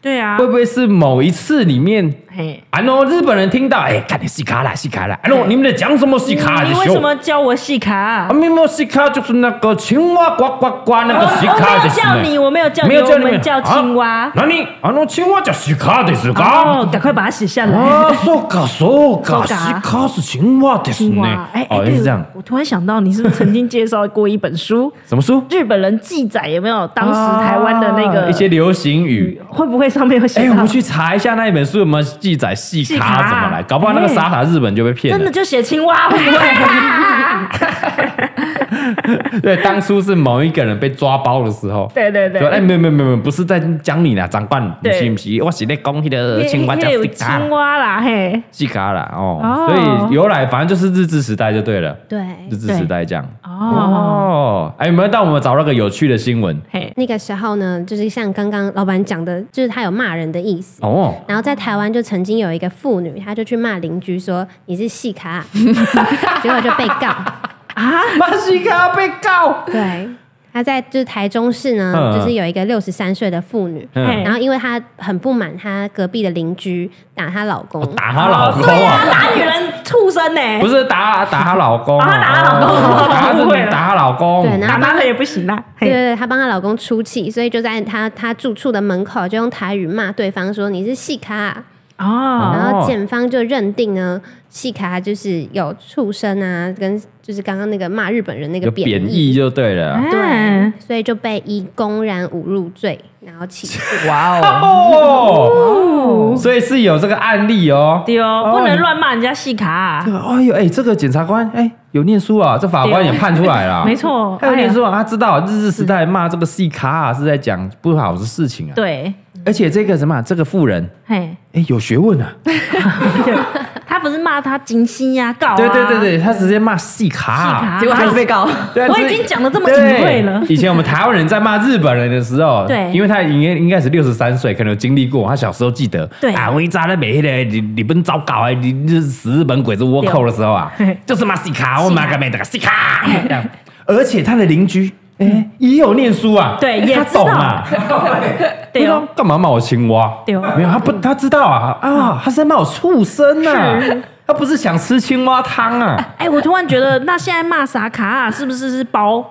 Speaker 2: 对啊
Speaker 1: 会，不会是某一次里面？
Speaker 2: 嘿，
Speaker 1: 啊喏，日本人听到，哎、看你细咖啦，细咖啦！哎、喏，你们在讲什么细咖？
Speaker 2: 嗯你为什么叫我细卡啊
Speaker 1: 啊，？咪莫西卡就是那个啊青蛙呱呱呱那个西
Speaker 2: 我没
Speaker 1: 卡
Speaker 2: 有
Speaker 1: 的是
Speaker 2: 叫你，哦我没有叫
Speaker 1: 没
Speaker 2: 你，
Speaker 1: 有叫
Speaker 2: 我
Speaker 1: 你啊
Speaker 2: 们叫青蛙。
Speaker 1: 那你啊，那青蛙叫西卡的是
Speaker 2: 哦
Speaker 1: か？，
Speaker 2: 赶快把它写下来。
Speaker 1: 啊，そうかそう
Speaker 2: そ
Speaker 1: か，
Speaker 2: う
Speaker 1: 西
Speaker 2: か
Speaker 1: 卡是青蛙的是
Speaker 2: 青
Speaker 1: 呢
Speaker 2: 蛙，哎，。
Speaker 1: 哦，
Speaker 2: 哎
Speaker 1: 原来是这样
Speaker 2: 对。我突然想到，你是不是曾经介绍过一本书？
Speaker 1: 什么书？
Speaker 2: 日本人记载有没有当时台湾的那
Speaker 1: 啊
Speaker 2: 个
Speaker 1: 一些流行语。
Speaker 2: 会不会上面有写
Speaker 1: 哎，我
Speaker 2: 到
Speaker 1: 们？去查一下那一本书有没有记载细
Speaker 2: 细
Speaker 1: 卡
Speaker 2: 卡
Speaker 1: 怎么来，搞不好那个傻傻日本就被骗
Speaker 2: 真的
Speaker 1: 了。
Speaker 2: 就写青 蛙，会不会？
Speaker 1: 对，当初是某一个人被抓包的时候。
Speaker 2: 对对对
Speaker 1: 对，哎，没有没有没有没有，不是在讲你啦，长官，不
Speaker 2: 对
Speaker 1: 是不是，我是在讲那个
Speaker 2: 因为
Speaker 1: 哎青蛙叫
Speaker 2: 因为有
Speaker 1: 西卡啦
Speaker 2: 青。蛙啦，嘿，
Speaker 1: 季卡啦，哦，
Speaker 2: 哦
Speaker 1: 所以由来反正就是日治时代就对了，
Speaker 4: 哎对
Speaker 1: 日，治时代这样。
Speaker 2: 哦，
Speaker 1: 哦，哎，有没有让我们找到个有趣的新闻？
Speaker 2: 嘿，
Speaker 4: 那个时候呢，就是像刚刚老板讲的，就是他有骂人的意思。
Speaker 1: 哦，
Speaker 4: 然后在台湾就曾经有一个妇女，她就去骂邻居说 你是细卡啊，结果就被告。
Speaker 1: 马西卡被告，
Speaker 4: 对，她在就是台中市呢
Speaker 1: 嗯，
Speaker 4: 就是有一个六十三岁的妇女，
Speaker 2: 嘿
Speaker 1: 嗯，
Speaker 4: 然后因为她很不满她隔壁的邻居打她老公，
Speaker 1: 哦打她老公
Speaker 2: 对
Speaker 1: 啊，
Speaker 2: 啊，打女人畜生呢，
Speaker 1: 不是打打她老公，啊
Speaker 2: 哦她打她
Speaker 1: 哦打
Speaker 2: 老公误会
Speaker 1: 她
Speaker 2: 了
Speaker 1: 打她老
Speaker 4: 对，
Speaker 1: 公，
Speaker 4: 然
Speaker 2: 打
Speaker 4: 后
Speaker 2: 男
Speaker 4: 帮
Speaker 2: 人也不行啦，
Speaker 4: 对
Speaker 2: 嘿，
Speaker 4: 对对，她帮她老公出气，所以就在她她住处的门口就用台语骂对方说你是细咖啊、
Speaker 2: 啊，
Speaker 4: 然
Speaker 1: 哦
Speaker 4: 后检方就认定呢，细卡就是有畜生啊，跟就是刚刚那个骂日本人那个
Speaker 1: 有
Speaker 4: 贬
Speaker 1: 贬义，就对了。
Speaker 2: 哎
Speaker 4: 对，所以就被以公然侮辱罪然 后起诉。
Speaker 3: 哇哦，
Speaker 1: 哦，所以是有这个案例哦。
Speaker 2: 对哦，
Speaker 1: 哦
Speaker 2: 不能乱骂人家戏卡啊
Speaker 1: 这，个，哎呦，哎，这个检察官，哎，有念书啊，这法官也判出来了，
Speaker 2: 没错，
Speaker 1: 他有
Speaker 2: 哎呀
Speaker 1: 念书啊，他知道日治时代骂这个细卡啊是在讲不好的事情啊，
Speaker 2: 对，
Speaker 1: 而且这个什么啊，这个富人，
Speaker 2: 嘿，
Speaker 1: 哎，有学问啊，
Speaker 2: 他不是骂他精心呀，告啊
Speaker 1: 对对对，对，他直接骂细卡
Speaker 2: 细卡
Speaker 1: 啊，
Speaker 3: 结果他是 被告，
Speaker 1: 对啊
Speaker 2: 我
Speaker 1: 这
Speaker 2: 已经讲得这么隐晦了
Speaker 1: 对以前我们台湾人在骂日本人的时候，
Speaker 2: 对
Speaker 1: 因为他应该应该是六十三岁，可能有经历过，他小时候记得，
Speaker 2: 对
Speaker 1: 啊，我一扎在美黑的，你你不能糟糕哎，你日死日本鬼子倭寇的时候啊
Speaker 2: 对，
Speaker 1: 就是骂西卡，我骂个没那个西 卡，这样而且他的邻居。哎，也有念书啊，
Speaker 2: 对
Speaker 1: 哎
Speaker 2: 也
Speaker 1: 他
Speaker 2: 知道
Speaker 1: 懂啊，
Speaker 2: 对
Speaker 1: 不知道
Speaker 2: 哦，
Speaker 1: 干嘛骂我青蛙？
Speaker 2: 对哦嗯
Speaker 1: 没有，他不，他知道啊啊，他是在骂我畜生啊，他不是想吃青蛙汤啊，
Speaker 2: 哎，我突然觉得，那现在骂傻卡啊是不是是包？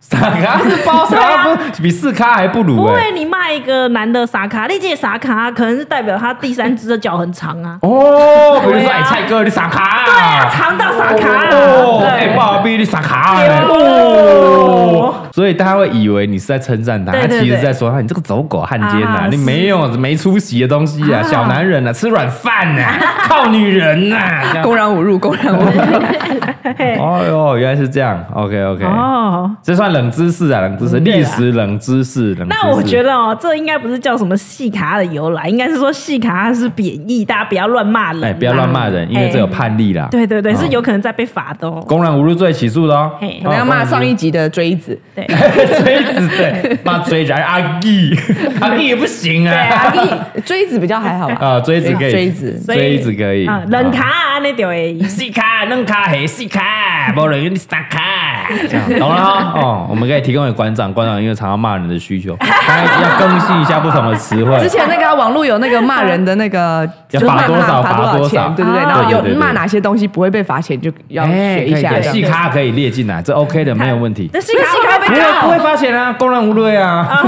Speaker 1: 傻咖是包
Speaker 2: 对
Speaker 1: 傻
Speaker 2: 啊
Speaker 1: 不比四咖还不如
Speaker 2: 不
Speaker 1: 哎、
Speaker 2: 会，你骂一个男的傻卡，那届傻卡可能是代表他第三只的脚很长啊，
Speaker 1: 哦，比如
Speaker 2: 对
Speaker 1: 说
Speaker 2: 啊
Speaker 1: 哎、蔡哥你傻咖、啊，
Speaker 2: 对啊，长到傻卡啊，
Speaker 1: 哦，哎、
Speaker 2: 对
Speaker 1: 不好比你傻咖、
Speaker 2: 对
Speaker 1: 啊，
Speaker 2: 啊
Speaker 1: 哦，所以大家会以为你是在称赞他，
Speaker 2: 对
Speaker 1: 他
Speaker 2: 对
Speaker 1: 其实
Speaker 2: 对
Speaker 1: 在说啊他你这个走狗汉奸呐、
Speaker 2: 啊
Speaker 1: 你没有没出息的东西啊，
Speaker 2: 啊
Speaker 1: 小男人呐、啊，吃软饭 呐、靠女人呐、这样
Speaker 3: 公然侮辱，公然侮辱，
Speaker 1: 哦哟，原来是这样，OK OK，、
Speaker 2: 哦。
Speaker 1: 这算冷知识啊，冷知识，
Speaker 2: 嗯对啊
Speaker 1: 历史冷知识，冷知识。
Speaker 2: 那我觉得哦，这应该不是叫什么戏卡的由来，应该是说戏卡是贬义，大家不要乱骂人，
Speaker 1: 哎，不要乱骂人，因为这有
Speaker 2: 哎
Speaker 1: 判例啦。
Speaker 2: 对对对，
Speaker 1: 哦
Speaker 2: 是有可能在被罚的哦。
Speaker 1: 公然侮辱罪起诉的哦。
Speaker 2: 嘿
Speaker 3: 可能要骂上一集的 锥子，
Speaker 2: 对
Speaker 1: 锥子对，骂锥子还是哎阿义，阿义也不行
Speaker 2: 对
Speaker 1: 啊。
Speaker 2: 啊，
Speaker 3: 锥子比较还好 吧？
Speaker 1: 啊，锥子可以，
Speaker 3: 锥子
Speaker 2: 所以
Speaker 1: 锥子可以
Speaker 2: 啊，冷。卡啊，那丢诶，
Speaker 1: 细卡、嫩卡、黑细卡，不能用你打卡，这样懂了哈？哦，我们可以提供给馆长，馆长因为常常骂人的需求，他要更新一下不同的词汇。
Speaker 3: 之前那个啊网络有那个骂人的那个，
Speaker 1: 要
Speaker 3: 就是
Speaker 1: 罚多
Speaker 3: 骂
Speaker 1: 少
Speaker 3: 骂
Speaker 1: 罚
Speaker 3: 罚
Speaker 1: 多
Speaker 3: 少
Speaker 1: 少
Speaker 3: 钱，对对对，
Speaker 2: 啊
Speaker 3: 然后
Speaker 1: 对对
Speaker 3: 有
Speaker 1: 对
Speaker 3: 骂哪些东西不会被罚钱，就要
Speaker 1: 哎，
Speaker 3: 学一下
Speaker 1: 可以
Speaker 3: 这
Speaker 1: 可以
Speaker 3: 样。
Speaker 1: 细卡可以列进来，这 OK 的，没有问题。
Speaker 2: 那戏卡会
Speaker 1: 不会
Speaker 2: 被
Speaker 1: 不
Speaker 2: 告
Speaker 1: 会发钱啊，公然无罪 啊，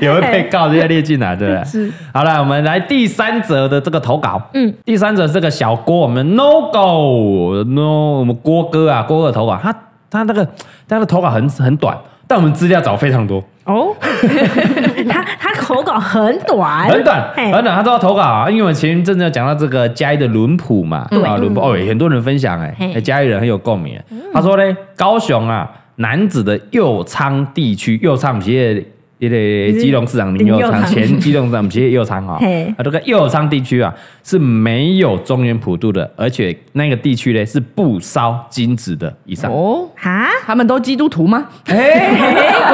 Speaker 1: 也会被告这些列进来，对不对？好了，我们来第三则的这个投稿。嗯，第三则这个小郭，我们 No Go No，我们郭哥啊，郭哥的投稿，他他那个他的投稿很很短，但我们资料找非常多，
Speaker 2: 哦，他他口稿很短，
Speaker 1: 很短
Speaker 2: 嘿
Speaker 1: 很短，他都要投稿啊，因为我前一阵子有讲到这个嘉义的轮谱嘛，
Speaker 2: 对
Speaker 1: 啊，轮谱哦，很多人分享哎、
Speaker 2: 嘿
Speaker 1: 哎嘉义人很有共鸣、他说呢，高雄啊，男子的右仓地区，右仓不是也得基隆市场林右
Speaker 2: 林右
Speaker 1: 仓，
Speaker 2: 昌
Speaker 1: 前基隆市场不是右仓啊
Speaker 2: 嘿，
Speaker 1: 啊，这个右仓地区啊是没有中原普渡的，而且那个地区呢是不烧金纸的以上。
Speaker 3: 哦，
Speaker 2: 啊，
Speaker 3: 他们都基督徒吗？
Speaker 1: 哎、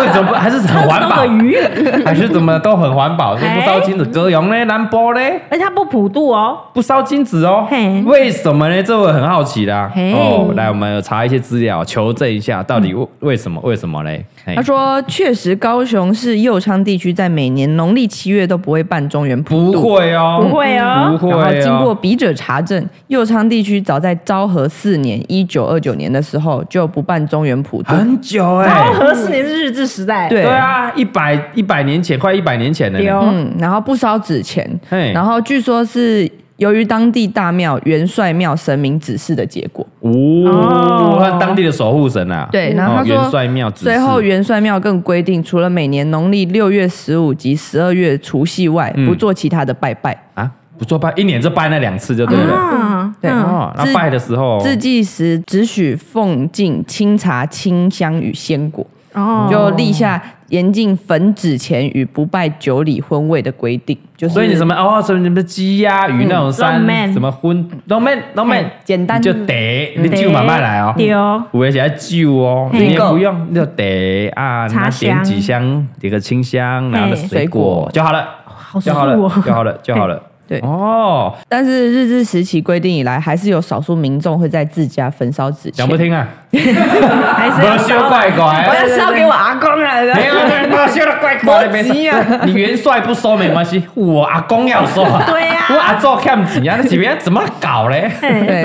Speaker 1: 为什么不还是很环保
Speaker 2: 他？是鱼，
Speaker 1: 还是怎么都很环保，都不烧金纸。歌咏呢，南波呢，
Speaker 2: 而且他不普渡哦，
Speaker 1: 不烧金纸哦
Speaker 2: 嘿，
Speaker 1: 为什么呢？这我很好奇啦。
Speaker 2: 嘿
Speaker 1: 哦，来，我们有查一些资料，求证一下到底为为什么？为什么嘞？嘿
Speaker 3: 嗯他说，确实高雄市右昌地区在每年农历七月都不会办中原普
Speaker 1: 不
Speaker 3: 渡。
Speaker 1: 会哦，
Speaker 2: 不会
Speaker 1: 不
Speaker 2: 哦，
Speaker 1: 会
Speaker 3: 啊然后经过
Speaker 1: 哦。
Speaker 3: 笔者查证，右昌地区早在昭和四年（一九二九年）的时候就不办中原普渡，
Speaker 1: 很久哎
Speaker 2: 昭，和四年是日治时代，
Speaker 3: 对
Speaker 1: 对啊，一百一百年前，快一百年前了呢。
Speaker 2: 丢
Speaker 3: 嗯，然后不烧纸钱，
Speaker 1: 嘿，
Speaker 3: 然后据说是由于当地大庙元帅庙神明指示的结果。
Speaker 1: 哦
Speaker 2: 哦，
Speaker 1: 他当地的守护神啊。
Speaker 3: 对，然后
Speaker 1: 哦
Speaker 3: 他
Speaker 1: 元
Speaker 3: 说，
Speaker 1: 帅庙指示，
Speaker 3: 最后元帅庙更规定，除了每年农历六月十五及十二月除夕外，
Speaker 1: 嗯
Speaker 3: 不做其他的拜拜。
Speaker 1: 啊，不做拜，一年就拜那两次就对了。
Speaker 2: 啊，
Speaker 3: 对
Speaker 2: 嗯
Speaker 1: 哦，那拜的时候，
Speaker 3: 自祭时只许奉敬清茶、清香与鲜果，
Speaker 2: 哦，
Speaker 3: 就立下严禁焚纸钱与不拜酒礼婚位的规定。就是
Speaker 1: 所以你什么哦，什么什么鸡鸭鱼那
Speaker 3: 嗯
Speaker 1: 种山
Speaker 2: Longman
Speaker 1: 什么荤，no man no man，
Speaker 3: 简单
Speaker 1: 你就得你酒慢慢来哦。
Speaker 2: 丢
Speaker 1: 我也写酒哦，
Speaker 2: 嘿
Speaker 1: 你也不用，你就得啊，
Speaker 2: 茶
Speaker 1: 拿点
Speaker 2: 香
Speaker 1: 几香，点个清香，拿个
Speaker 2: 嘿
Speaker 1: 水
Speaker 3: 水
Speaker 1: 果
Speaker 3: 果
Speaker 1: 就好了，
Speaker 2: 好
Speaker 1: 就好了，
Speaker 2: 素哦
Speaker 1: 就好了，就好了。
Speaker 3: 对
Speaker 1: 哦，
Speaker 3: 但是日治时期规定以来，还是有少数民众会在自家焚烧纸钱
Speaker 1: 讲。不听啊，
Speaker 2: 还是
Speaker 1: 不
Speaker 2: 要
Speaker 1: 修
Speaker 2: 烧
Speaker 1: 怪
Speaker 3: 我
Speaker 1: 怪，
Speaker 3: 要烧给我阿公啊！
Speaker 1: 没有对，不修的怪怪的，没
Speaker 3: 莫急啊
Speaker 1: 事。你元帅不收没关系，我阿公要收啊。
Speaker 2: 对呀
Speaker 1: 我阿祖看不起啊，那几边怎么搞嘞？
Speaker 3: 对，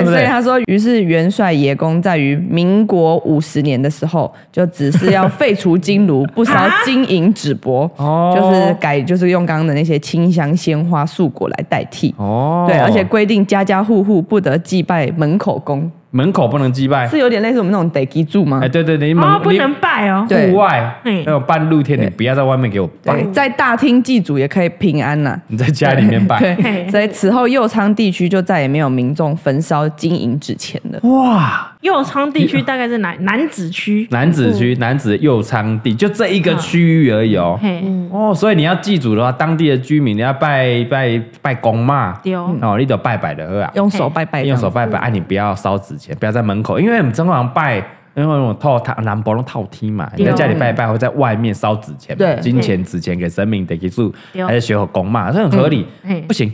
Speaker 1: 不对
Speaker 3: 所以他说，于是元帅爷公在于民国五十年的时候，就只是要废除金炉，不烧金银纸帛，
Speaker 1: 哦
Speaker 3: 就是改就是用刚刚的那些清香、鲜花、素果来代替。
Speaker 1: 哦
Speaker 3: 对，而且规定家家户户不得祭拜门口公，
Speaker 1: 门口不能击败。
Speaker 3: 是有点类似我们那种得祭柱吗
Speaker 1: 哎，？对对对，你门
Speaker 2: 哦，不
Speaker 1: 你
Speaker 2: 能拜哦。
Speaker 3: 对
Speaker 1: 户外
Speaker 2: 嗯
Speaker 1: 那种半露天，你不要在外面给我拜
Speaker 3: 对，，在大厅祭祖也可以平安呐、
Speaker 1: 你在家里面拜。
Speaker 2: 嘿
Speaker 3: 对，所以此后右昌地区就再也没有民众焚烧金银纸钱了。
Speaker 1: 哇，
Speaker 2: 右昌地区大概是南南子区，
Speaker 1: 男子区、男子右昌地，就这一个区域而已哦。
Speaker 2: 嘿，
Speaker 1: 哦，所以你要祭祖的话，当地的居民你要拜拜拜公嘛，
Speaker 2: 对哦
Speaker 1: 哦，你得拜拜的啊，
Speaker 3: 用手拜拜，
Speaker 1: 用手拜拜，啊，你不要烧纸钱，不要在门口，因为我们正常拜，因为我们套套南博龙套梯嘛，你
Speaker 2: 对哦
Speaker 1: 在家里拜拜会在外面烧纸钱嘛，
Speaker 3: 对
Speaker 1: 金钱纸钱给神明得给住，
Speaker 2: 对哦
Speaker 1: 还是学好公嘛，这很合理
Speaker 2: 嗯嘿，
Speaker 1: 不行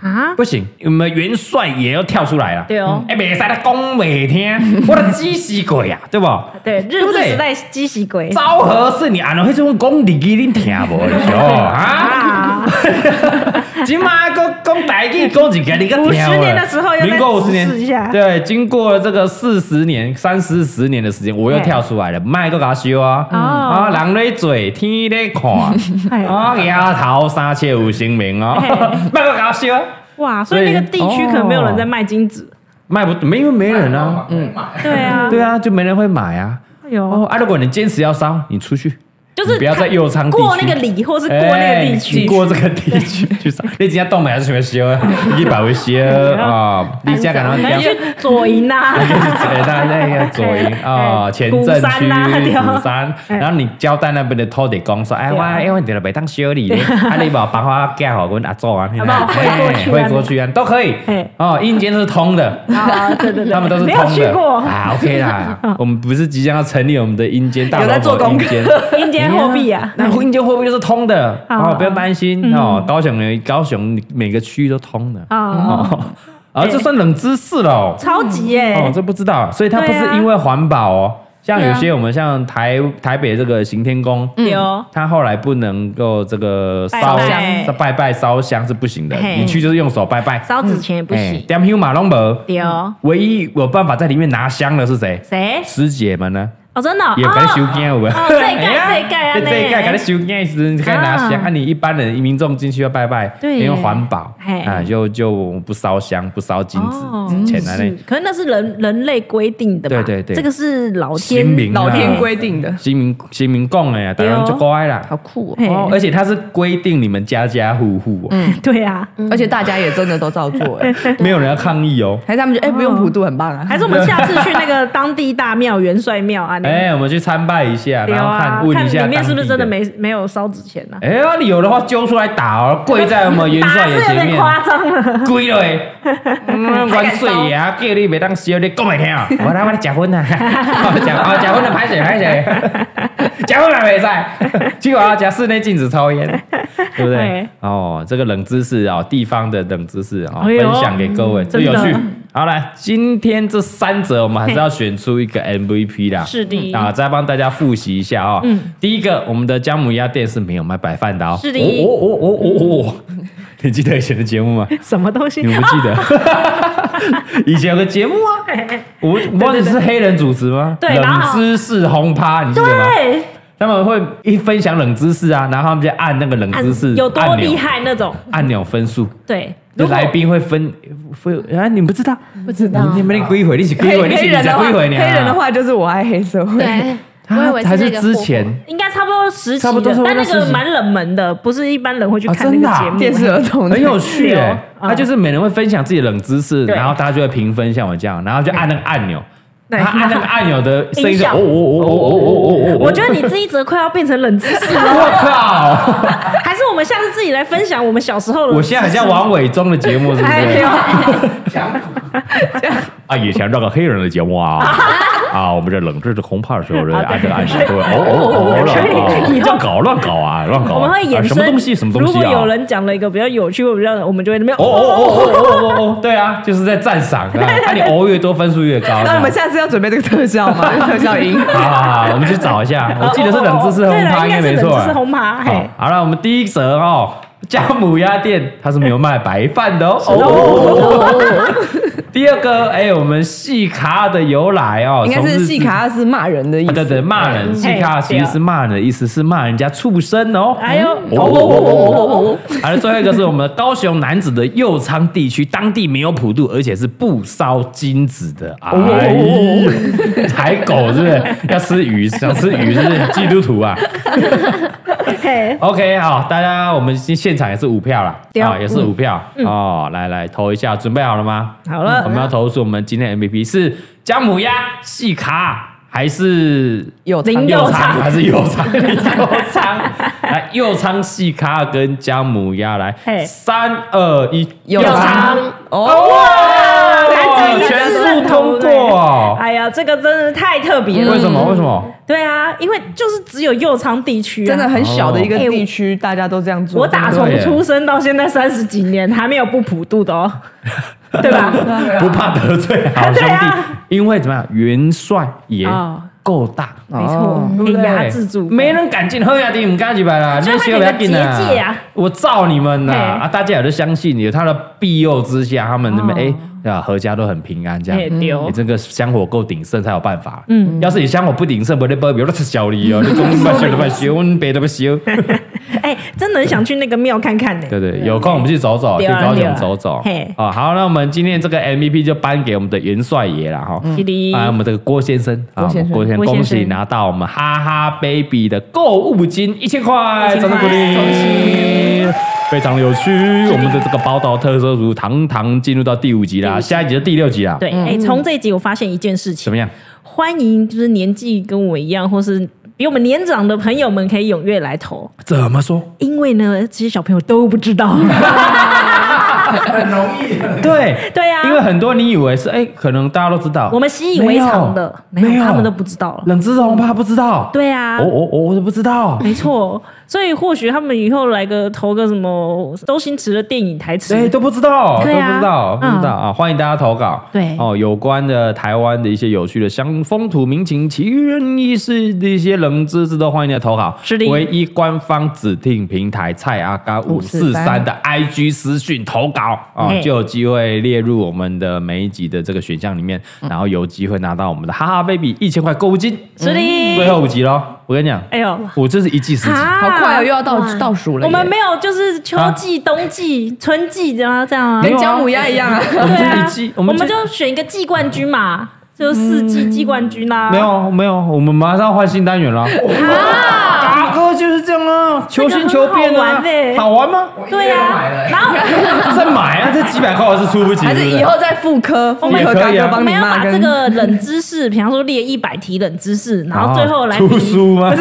Speaker 2: 啊，
Speaker 1: 不行，我们元帅也要跳出来了，
Speaker 2: 对哦
Speaker 1: 哎，别使他讲未听， 我的鸡死鬼呀，对不？
Speaker 2: 对，日
Speaker 1: 不
Speaker 2: 治
Speaker 1: 对
Speaker 2: 时代畸形 鬼
Speaker 1: 昭和啊是你安怎迄种讲日语恁听 无的是哦啊？
Speaker 2: 啊，
Speaker 1: 今嘛讲讲台语讲一个你个听
Speaker 2: 50年的时候又再
Speaker 1: 民国五十
Speaker 2: 试一下
Speaker 1: 年，对，经过了这个四十年、三四十年的时间，我又
Speaker 2: 嘿
Speaker 1: 跳出来了，卖个他修啊！
Speaker 2: 嗯哦
Speaker 1: 啊，人咧做，天咧 看，
Speaker 2: 嘿
Speaker 1: 啊，丫头三切有成名哦
Speaker 2: 嘿，
Speaker 1: 卖个他修啊！
Speaker 2: 哇，所以那个地区可能没有人在卖金子，
Speaker 1: 卖不没因为没人啊，
Speaker 3: 嗯，
Speaker 2: 对啊，
Speaker 1: 对啊，就没人会买啊。
Speaker 2: 哎
Speaker 1: 哦
Speaker 2: 呦，
Speaker 1: 啊，如果你坚持要烧，你出去。
Speaker 2: 就是
Speaker 1: 你不要在右仓地区
Speaker 2: 过那个里，或是过那个地
Speaker 1: 哎
Speaker 2: 区
Speaker 1: 你，过这个地区去上。你今天动还是什么修？一百 维修啊，你家感到
Speaker 2: 可能去左营 啊，
Speaker 1: 对，当然那个左营啊，前镇
Speaker 2: 鼓山
Speaker 1: 区、
Speaker 2: 啊对哦
Speaker 1: 鼓山，然后你交代那边的土地公说，哎，
Speaker 2: 对
Speaker 1: 我
Speaker 2: 啊
Speaker 1: 因为你来北当修 理，啊，你把帮我嫁好阮阿祖啊，
Speaker 2: 好不好
Speaker 1: 嘿
Speaker 2: 会过去啊
Speaker 1: 会过去啊，都可以
Speaker 2: 嘿。
Speaker 1: 哦，阴间是通的，
Speaker 2: 啊，对对对，
Speaker 1: 他们都是
Speaker 2: 没
Speaker 1: 通
Speaker 2: 有
Speaker 1: 的。
Speaker 2: 去过嗯
Speaker 1: 啊，OK 啦，我们不是即将要成立我们的阴间大
Speaker 3: 有在
Speaker 1: 老
Speaker 3: 做
Speaker 1: 婆
Speaker 3: 功
Speaker 1: 阴
Speaker 3: 课
Speaker 1: 间。哎
Speaker 2: 阴间货币啊，嗯
Speaker 1: 那阴间货币就是通 的，
Speaker 2: 好
Speaker 1: 哦，不用担心哦。高雄人，高雄每个区域都通的
Speaker 2: 啊，
Speaker 1: 哦。啊，这算冷知识喽。
Speaker 2: 超级
Speaker 1: 哦，
Speaker 2: 耶，
Speaker 1: 这不知道，所以它
Speaker 2: 哎对
Speaker 1: 不
Speaker 2: 啊
Speaker 1: 是因为环保哦。像
Speaker 3: 对啊
Speaker 1: 有些我们像台台北这个行天宫，
Speaker 2: 有
Speaker 1: 它后来不能够这个
Speaker 2: 拜
Speaker 1: 烧
Speaker 2: 拜
Speaker 1: 香，拜拜烧香是不行的，
Speaker 2: 嘿
Speaker 1: 你去就是用手拜拜，
Speaker 2: 烧纸钱也不
Speaker 1: 哎
Speaker 2: 行，
Speaker 1: ，damn you 马龙伯，
Speaker 2: 对哦，
Speaker 1: 唯一有办法在里面拿香的是谁？
Speaker 2: 谁？
Speaker 1: 师姐们呢？
Speaker 2: 哦，真的哦，
Speaker 1: 也给你收惊有无？
Speaker 2: 哦这一届这一届安尼
Speaker 1: 这一届给你收惊的时阵，你可以拿香。
Speaker 2: 啊
Speaker 1: 啊，你一般人民众进去要拜拜，
Speaker 2: 对耶
Speaker 1: 因为环保
Speaker 2: 嘿，
Speaker 1: 啊，就就不烧香，不烧金纸
Speaker 2: 哦
Speaker 1: 钱啊，
Speaker 2: 是
Speaker 1: 那，
Speaker 2: 可是那是人人类规定的
Speaker 1: 对
Speaker 2: 嘛，
Speaker 1: 对对
Speaker 2: 这个是老
Speaker 1: 新
Speaker 2: 天
Speaker 1: 民啊
Speaker 3: 老天规定的，
Speaker 1: 新民新民讲哎，当
Speaker 2: 对哦哎
Speaker 1: 然就乖啦。
Speaker 3: 好酷哦！
Speaker 2: 嘿
Speaker 1: 哦，而且它是规定你们家家户户哦，
Speaker 2: 对啊，
Speaker 3: 而且大家也真的都照做哎，
Speaker 1: 没有人要抗议 哦。
Speaker 3: 还是他们觉得哎不用普渡很棒啊，
Speaker 2: 还是我们下次去那个当地大庙元帅庙啊？那个
Speaker 1: 哎，我们去参拜一下，
Speaker 2: 对
Speaker 1: 然后
Speaker 2: 啊
Speaker 1: 看问一下
Speaker 2: 里面是不是真的
Speaker 1: 当地。
Speaker 2: 没没有烧纸钱啊呢？
Speaker 1: 哎呀，你有的话揪出来打哦，跪在我们元帅爷
Speaker 2: 打 是有
Speaker 1: 前
Speaker 2: 点
Speaker 1: 面。
Speaker 2: 夸张了。
Speaker 1: 鬼了诶！嗯，元水爷叫你袂当烧，你讲袂 听哦。我他妈食薰啊！ 哦食哦食薰就歹势歹 势，食薰也袂使，去我食室内禁止抽烟，对不对
Speaker 2: 对？
Speaker 1: 哦，这个冷知识哦，地方的冷知识哦，
Speaker 2: 哎
Speaker 1: 分
Speaker 2: 呦
Speaker 1: 享给各位，这有
Speaker 2: 真
Speaker 1: 趣
Speaker 2: 的。
Speaker 1: 好来，今天这三则我们还是要选出一个 MVP 啦。
Speaker 2: 是的嗯
Speaker 1: 啊，再帮大家复习一下哦。第一个，我们的姜母鸭店是没有卖白饭的哦。
Speaker 2: 是的
Speaker 1: 哦哦哦哦 哦哦，你记得以前的节目吗？
Speaker 2: 什么东西
Speaker 1: 你？们不记得？以前有个节目啊，我我忘记是黑人主持吗？
Speaker 2: 对然
Speaker 1: 冷
Speaker 2: 后
Speaker 1: 知识轰趴，你记得吗？
Speaker 2: 对，
Speaker 1: 他们会一分享冷知识啊，然后他们就按那个冷知识
Speaker 2: 按有多
Speaker 1: 按钮
Speaker 2: 厉害那种？
Speaker 1: 按钮分数。
Speaker 2: 对，
Speaker 1: 就
Speaker 2: 如果
Speaker 1: 来宾会分分啊，你不知道？
Speaker 3: 不知道
Speaker 1: 你们那归回，你是归
Speaker 3: 黑
Speaker 1: 回，你是
Speaker 3: 黑人的
Speaker 1: 在
Speaker 3: 话，
Speaker 1: 归
Speaker 3: 黑
Speaker 1: 回你啊？
Speaker 3: 人的话就是我爱黑社会，
Speaker 4: 对，
Speaker 1: 啊，
Speaker 4: 我以为
Speaker 1: 还
Speaker 4: 是
Speaker 1: 是
Speaker 4: 那个
Speaker 1: 之
Speaker 4: 火火
Speaker 1: 前
Speaker 2: 应该差不多十
Speaker 1: 差不
Speaker 2: 集
Speaker 1: 多差
Speaker 2: 的，
Speaker 1: 不多
Speaker 2: 但那
Speaker 1: 十
Speaker 2: 个
Speaker 1: 集
Speaker 2: 蛮冷门的，不是一般人会去
Speaker 1: 哦
Speaker 2: 看
Speaker 1: 真的
Speaker 2: 那
Speaker 1: 啊
Speaker 2: 个节
Speaker 3: 电
Speaker 2: 目。
Speaker 3: 视儿童的
Speaker 1: 很有趣
Speaker 2: 对哦
Speaker 1: 耶，
Speaker 2: 嗯
Speaker 1: 他就是每人会分享自己的冷知识，
Speaker 2: 对
Speaker 1: 然后大家就会评分，像我这样，然后就按那个按钮，
Speaker 2: 对
Speaker 1: 他按那个按钮的声音是哦
Speaker 2: 音效
Speaker 1: 哦哦哦哦哦哦哦，
Speaker 2: 我觉得你这一则快要变成冷知识了，
Speaker 1: 我靠，
Speaker 2: 还是我们下次自己来分享我们小时候的。
Speaker 1: 我现在很像王伟忠的节目，是不
Speaker 2: 哎
Speaker 1: 是
Speaker 2: 呦？，
Speaker 1: 啊，以前那个黑人的节目啊。啊，我们这冷知识红炮的时候，人按这个按时都会哦哦哦哦，乱乱搞乱搞啊，乱搞！
Speaker 2: 我们会衍生
Speaker 1: 什么东西什么东
Speaker 2: 如
Speaker 1: 西
Speaker 2: 果
Speaker 1: 啊？
Speaker 2: 有人讲了一个比较有趣或比较，我们就会那边
Speaker 1: 哦哦哦哦哦哦哦，对啊，就是在赞赏啊，那你哦越多分数越高。
Speaker 3: 那我们下次要准备这个特效吗？ 特效音。
Speaker 1: 啊，我们去找一下，我记得是冷知识红
Speaker 2: 对
Speaker 1: 趴，
Speaker 2: 了，应
Speaker 1: 应该
Speaker 2: 该是
Speaker 1: 没
Speaker 2: 冷
Speaker 1: 错
Speaker 2: 知识
Speaker 1: 啊。
Speaker 2: 红趴。
Speaker 1: 好
Speaker 3: 哎
Speaker 2: 嘿，
Speaker 1: 好了，我们第一则哦， 家母鸭店它是没有卖白饭的哦。哦
Speaker 3: 哦
Speaker 1: 第二个，哎，我们戏卡的由来哦，
Speaker 3: 应该
Speaker 1: 从日
Speaker 3: 是
Speaker 1: 治
Speaker 3: 戏卡嗯是骂人的意
Speaker 1: 啊对
Speaker 3: 思，
Speaker 1: 对，骂人，戏卡其
Speaker 3: 啊
Speaker 1: 实是骂人的意思，是骂人家畜生哦。
Speaker 2: 哎呦
Speaker 1: 哦哦哦哦哦哦！还有最后一个是我们高雄男子的右仓地区，当地没有普渡，而且是不烧金子的。
Speaker 3: 哦
Speaker 1: 哎呦，抬狗是不是？要吃鱼，想吃鱼是不是基督徒啊
Speaker 2: 嘿，
Speaker 1: ？OK，好，大家我们现现场也是五票啦，
Speaker 2: 对嗯
Speaker 1: 啊，也是五票哦。来来投一下，准备好了吗？嗯
Speaker 2: 好了
Speaker 1: 我们要投出我们今天的 MVP 是姜母鸭、戏卡还是
Speaker 3: 有
Speaker 2: 零
Speaker 1: 右
Speaker 2: 右
Speaker 1: 仓
Speaker 2: 仓
Speaker 1: 还是右 仓？右仓，来右仓细咖跟姜母鸭来
Speaker 2: 嘿，
Speaker 1: 三二一，
Speaker 3: 有
Speaker 4: 仓
Speaker 3: 偿哦，
Speaker 1: 哇，
Speaker 2: 才几个
Speaker 1: 全
Speaker 2: 字
Speaker 1: 数通过。哦
Speaker 2: 哎呀，这个真的是太特别了。
Speaker 1: 为什么？为什么？
Speaker 2: 对啊，因为就是只有右仓地区、啊，
Speaker 3: 真的。很小的一个地区，大家都这样做。
Speaker 2: 我打
Speaker 1: 错
Speaker 2: 从出生到现在三十几年，还没有不普渡 的哦，对吧？
Speaker 1: 不怕得罪好兄
Speaker 2: 对
Speaker 1: 弟
Speaker 2: 啊，
Speaker 1: 因为怎么样，元帅爷
Speaker 2: 哦
Speaker 1: 够大，
Speaker 2: 没错
Speaker 3: 哦，
Speaker 1: 对
Speaker 2: 可
Speaker 1: 不
Speaker 2: 以
Speaker 1: 对
Speaker 2: 哎压制住，
Speaker 1: 没人敢进喝雅迪，唔敢几百啦，
Speaker 2: 就
Speaker 1: 那
Speaker 2: 他
Speaker 1: 些不要进
Speaker 2: 有个结界啊
Speaker 1: 我罩你们呐！
Speaker 2: 嘿
Speaker 1: 啊，大家也都相信你，他的庇佑之下，他们那边哎。对啊，合家都很平安，这样
Speaker 2: 哦嘿对哦
Speaker 1: 你这个香火够鼎盛才有办法。嗯，要是你香火不鼎盛，不得不有那是小李哦，你 中午半修都半修，我们北都不修。
Speaker 2: 哎、真的很想去那个庙看看呢、
Speaker 1: 对对，有空我们去走走，去
Speaker 2: 对啊
Speaker 1: 高
Speaker 2: 对
Speaker 1: 雄
Speaker 2: 啊
Speaker 1: 走走。
Speaker 2: 嘿
Speaker 1: 啊，好，那我们今天这个 MVP 就颁给我们的元帅爷了哈。
Speaker 2: 霹雳
Speaker 1: 啊，我们这个郭先生啊，
Speaker 3: 郭先生
Speaker 1: 郭先生，
Speaker 2: 郭先
Speaker 1: 恭
Speaker 2: 生
Speaker 1: 喜拿到我们哈哈 baby 的购物金一千块，掌
Speaker 2: 1000
Speaker 1: 声鼓
Speaker 2: 块恭
Speaker 1: 励。非常有趣，我们的这个宝岛特色组堂堂进入到第五集啦，下一集就第六集啦。
Speaker 2: 对，，哎、从、这一集我发现一件事
Speaker 1: 怎
Speaker 2: 情
Speaker 1: 么，样？
Speaker 2: 欢迎就是年纪跟我一样，或是比我们年长的朋友们可以踊跃来投，
Speaker 1: 怎么说？
Speaker 2: 因为呢，这些小朋友都不 知道。
Speaker 1: 对
Speaker 2: 对啊
Speaker 1: 因为很多你以为是哎，可能大家都知道，
Speaker 2: 我们习以为常的，
Speaker 1: 没
Speaker 2: 没
Speaker 1: 有没
Speaker 2: 有，
Speaker 1: 有
Speaker 2: 他们都不知道了。
Speaker 1: 冷知识红怕不知道。
Speaker 2: 对啊，
Speaker 1: 哦哦哦，我都不知道。
Speaker 2: 没错，所以或许他们以后来个投个什么周星驰的电影台词，
Speaker 1: 哎对，都不知道，都不
Speaker 2: 对啊
Speaker 1: 知道，不
Speaker 2: 嗯
Speaker 1: 知道啊！欢迎大家投稿，
Speaker 2: 对
Speaker 1: 哦，有关的台湾的一些有趣的乡风土民情、奇人异事的一些冷知识，都欢迎你的投稿。
Speaker 2: 是的
Speaker 1: 唯一官方指定平台蔡阿嘎五四三
Speaker 3: 543
Speaker 1: 的 IG 私讯投稿啊，
Speaker 2: 嘿
Speaker 1: 就有机会列入我们的每一集的这个选项里面，
Speaker 2: 嗯
Speaker 1: 然后有机会拿到我们的哈哈 baby 一千块购物金。
Speaker 2: 是
Speaker 1: 最
Speaker 2: 的。
Speaker 1: 后五集喽，我跟你讲，
Speaker 2: 哎呦，
Speaker 1: 我这是一季十集。
Speaker 2: 啊
Speaker 3: 好快哦，又！要倒
Speaker 4: 哇
Speaker 3: 倒数了
Speaker 2: 我
Speaker 3: 耶。
Speaker 2: 们没有，就是秋季、冬季、春季，这样这样啊
Speaker 1: 没。有
Speaker 3: 跟
Speaker 1: 啊
Speaker 3: 姜母鸭一样啊。
Speaker 1: 我们
Speaker 2: 对
Speaker 1: 这
Speaker 2: 啊
Speaker 1: 一季，，
Speaker 2: 我
Speaker 1: 们
Speaker 2: 们
Speaker 1: 这
Speaker 2: 就选一个季冠军嘛，就四季季冠军啊啦。
Speaker 1: 没有没有，我们马上要换新单元了。啊，哥就是这样啊，求新求变
Speaker 2: 这个
Speaker 1: 啊
Speaker 2: 很好玩，欸
Speaker 1: 好玩吗？
Speaker 2: 对呀，然后
Speaker 1: 再买啊，这几百块我是出不起，
Speaker 3: 还是
Speaker 1: 对不对
Speaker 3: 以后再复科，复科
Speaker 1: 也
Speaker 3: 嘎
Speaker 1: 可以啊
Speaker 3: 哥帮
Speaker 2: 我
Speaker 3: 你
Speaker 2: 们要
Speaker 3: 骂
Speaker 2: 把
Speaker 3: 跟
Speaker 2: 这个冷知识，比方说列一百题冷知识，然后最后来比
Speaker 1: 啊 出书啊吗？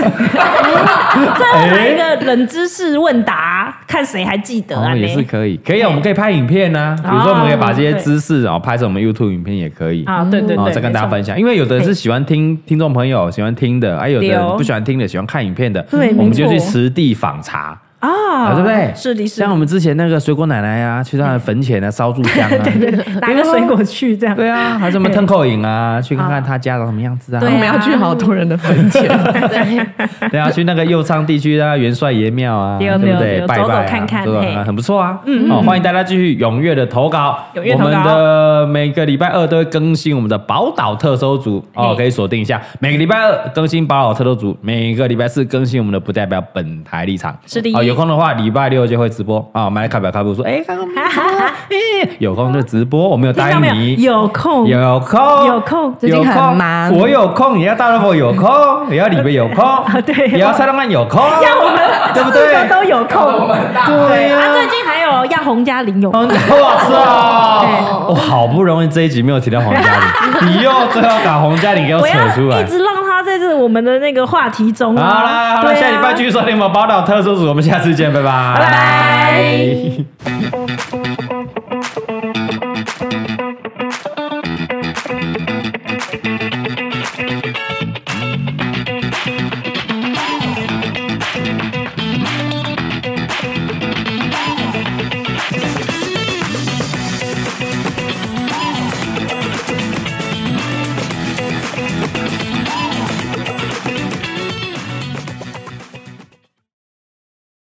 Speaker 2: 最后来一个冷知识问答，看谁还记得啊？
Speaker 1: 哦，也是
Speaker 2: 嘞
Speaker 1: 可以，可以啊，我们可以拍影片啊，比如说我们可以把这些知识然后拍成我们 YouTube 影片也可以。
Speaker 2: 啊，对对
Speaker 1: 哦，
Speaker 2: 对，
Speaker 1: 再跟大家
Speaker 2: 没错
Speaker 1: 分享，因为有的人是喜欢听听众朋友喜欢听的，哎，有的
Speaker 2: 对
Speaker 1: 人
Speaker 2: 哦
Speaker 1: 不喜欢听的，喜欢看影片的，
Speaker 2: 对
Speaker 1: 我们就
Speaker 2: 没
Speaker 1: 去
Speaker 2: 错
Speaker 1: 实地访查，啊
Speaker 2: 啊，
Speaker 1: 对不对？
Speaker 2: 是的，是
Speaker 1: 像我
Speaker 2: 的，
Speaker 1: 们之前那个水果奶奶啊，去她的坟前啊烧柱 香啊，
Speaker 2: 拿个水果去 这样。
Speaker 1: 对啊，还是我们腾口影啊，去看看他家长什么样子啊。
Speaker 2: 对
Speaker 3: 我们要去好多人的坟前，
Speaker 1: 对啊，去那个右昌地区啊，元帅爷庙啊，
Speaker 2: 对
Speaker 1: 对
Speaker 2: 哦
Speaker 1: 不对
Speaker 2: 对？哦
Speaker 1: 拜拜啊
Speaker 2: 走走看看
Speaker 1: 走走
Speaker 2: 嘿
Speaker 1: 很不错啊。嗯，哦，欢迎大家继续踊跃的投稿。
Speaker 2: 踊跃
Speaker 1: 我
Speaker 2: 投稿
Speaker 1: 们的每个礼拜二都会更新我们的宝岛特搜组哦，
Speaker 2: 嘿
Speaker 1: 可以锁定一下。每个礼拜二更新宝岛特搜组，每个礼拜四更新我们的不代表本台立场。
Speaker 2: 是的
Speaker 1: 哦，有空的话礼拜六就会直播啊，我们来开表开播说，哎，看看我们直播啊，哎有空就直播，我们有
Speaker 2: 听
Speaker 1: 答
Speaker 2: 到没
Speaker 1: 应你
Speaker 2: 有？。有空，
Speaker 1: 有空，
Speaker 2: 哦有空
Speaker 3: 最近很忙
Speaker 1: 我有空，也要大萝卜有空，也要李贝有空，
Speaker 2: 对哦
Speaker 1: 也要蔡老板有空，
Speaker 2: 我们
Speaker 1: 对不
Speaker 2: 四个
Speaker 1: 对？
Speaker 2: 都有空。
Speaker 1: 对呀、
Speaker 2: 啊，最近还有亚红嘉玲有空，
Speaker 1: 黄家，哇 塞！我啊哦好不容易这一集没有提到黄嘉玲，你又最后把黄嘉玲给我
Speaker 2: 我
Speaker 1: 扯
Speaker 2: 要
Speaker 1: 出来
Speaker 2: 一。直让她在这我们的那个话题中
Speaker 1: 好啦
Speaker 2: 啊。
Speaker 1: 好啦，
Speaker 2: 对啊
Speaker 1: 下礼拜继续收听我们宝岛特搜组，我们下次见，拜拜，
Speaker 2: 拜拜。
Speaker 5: Thank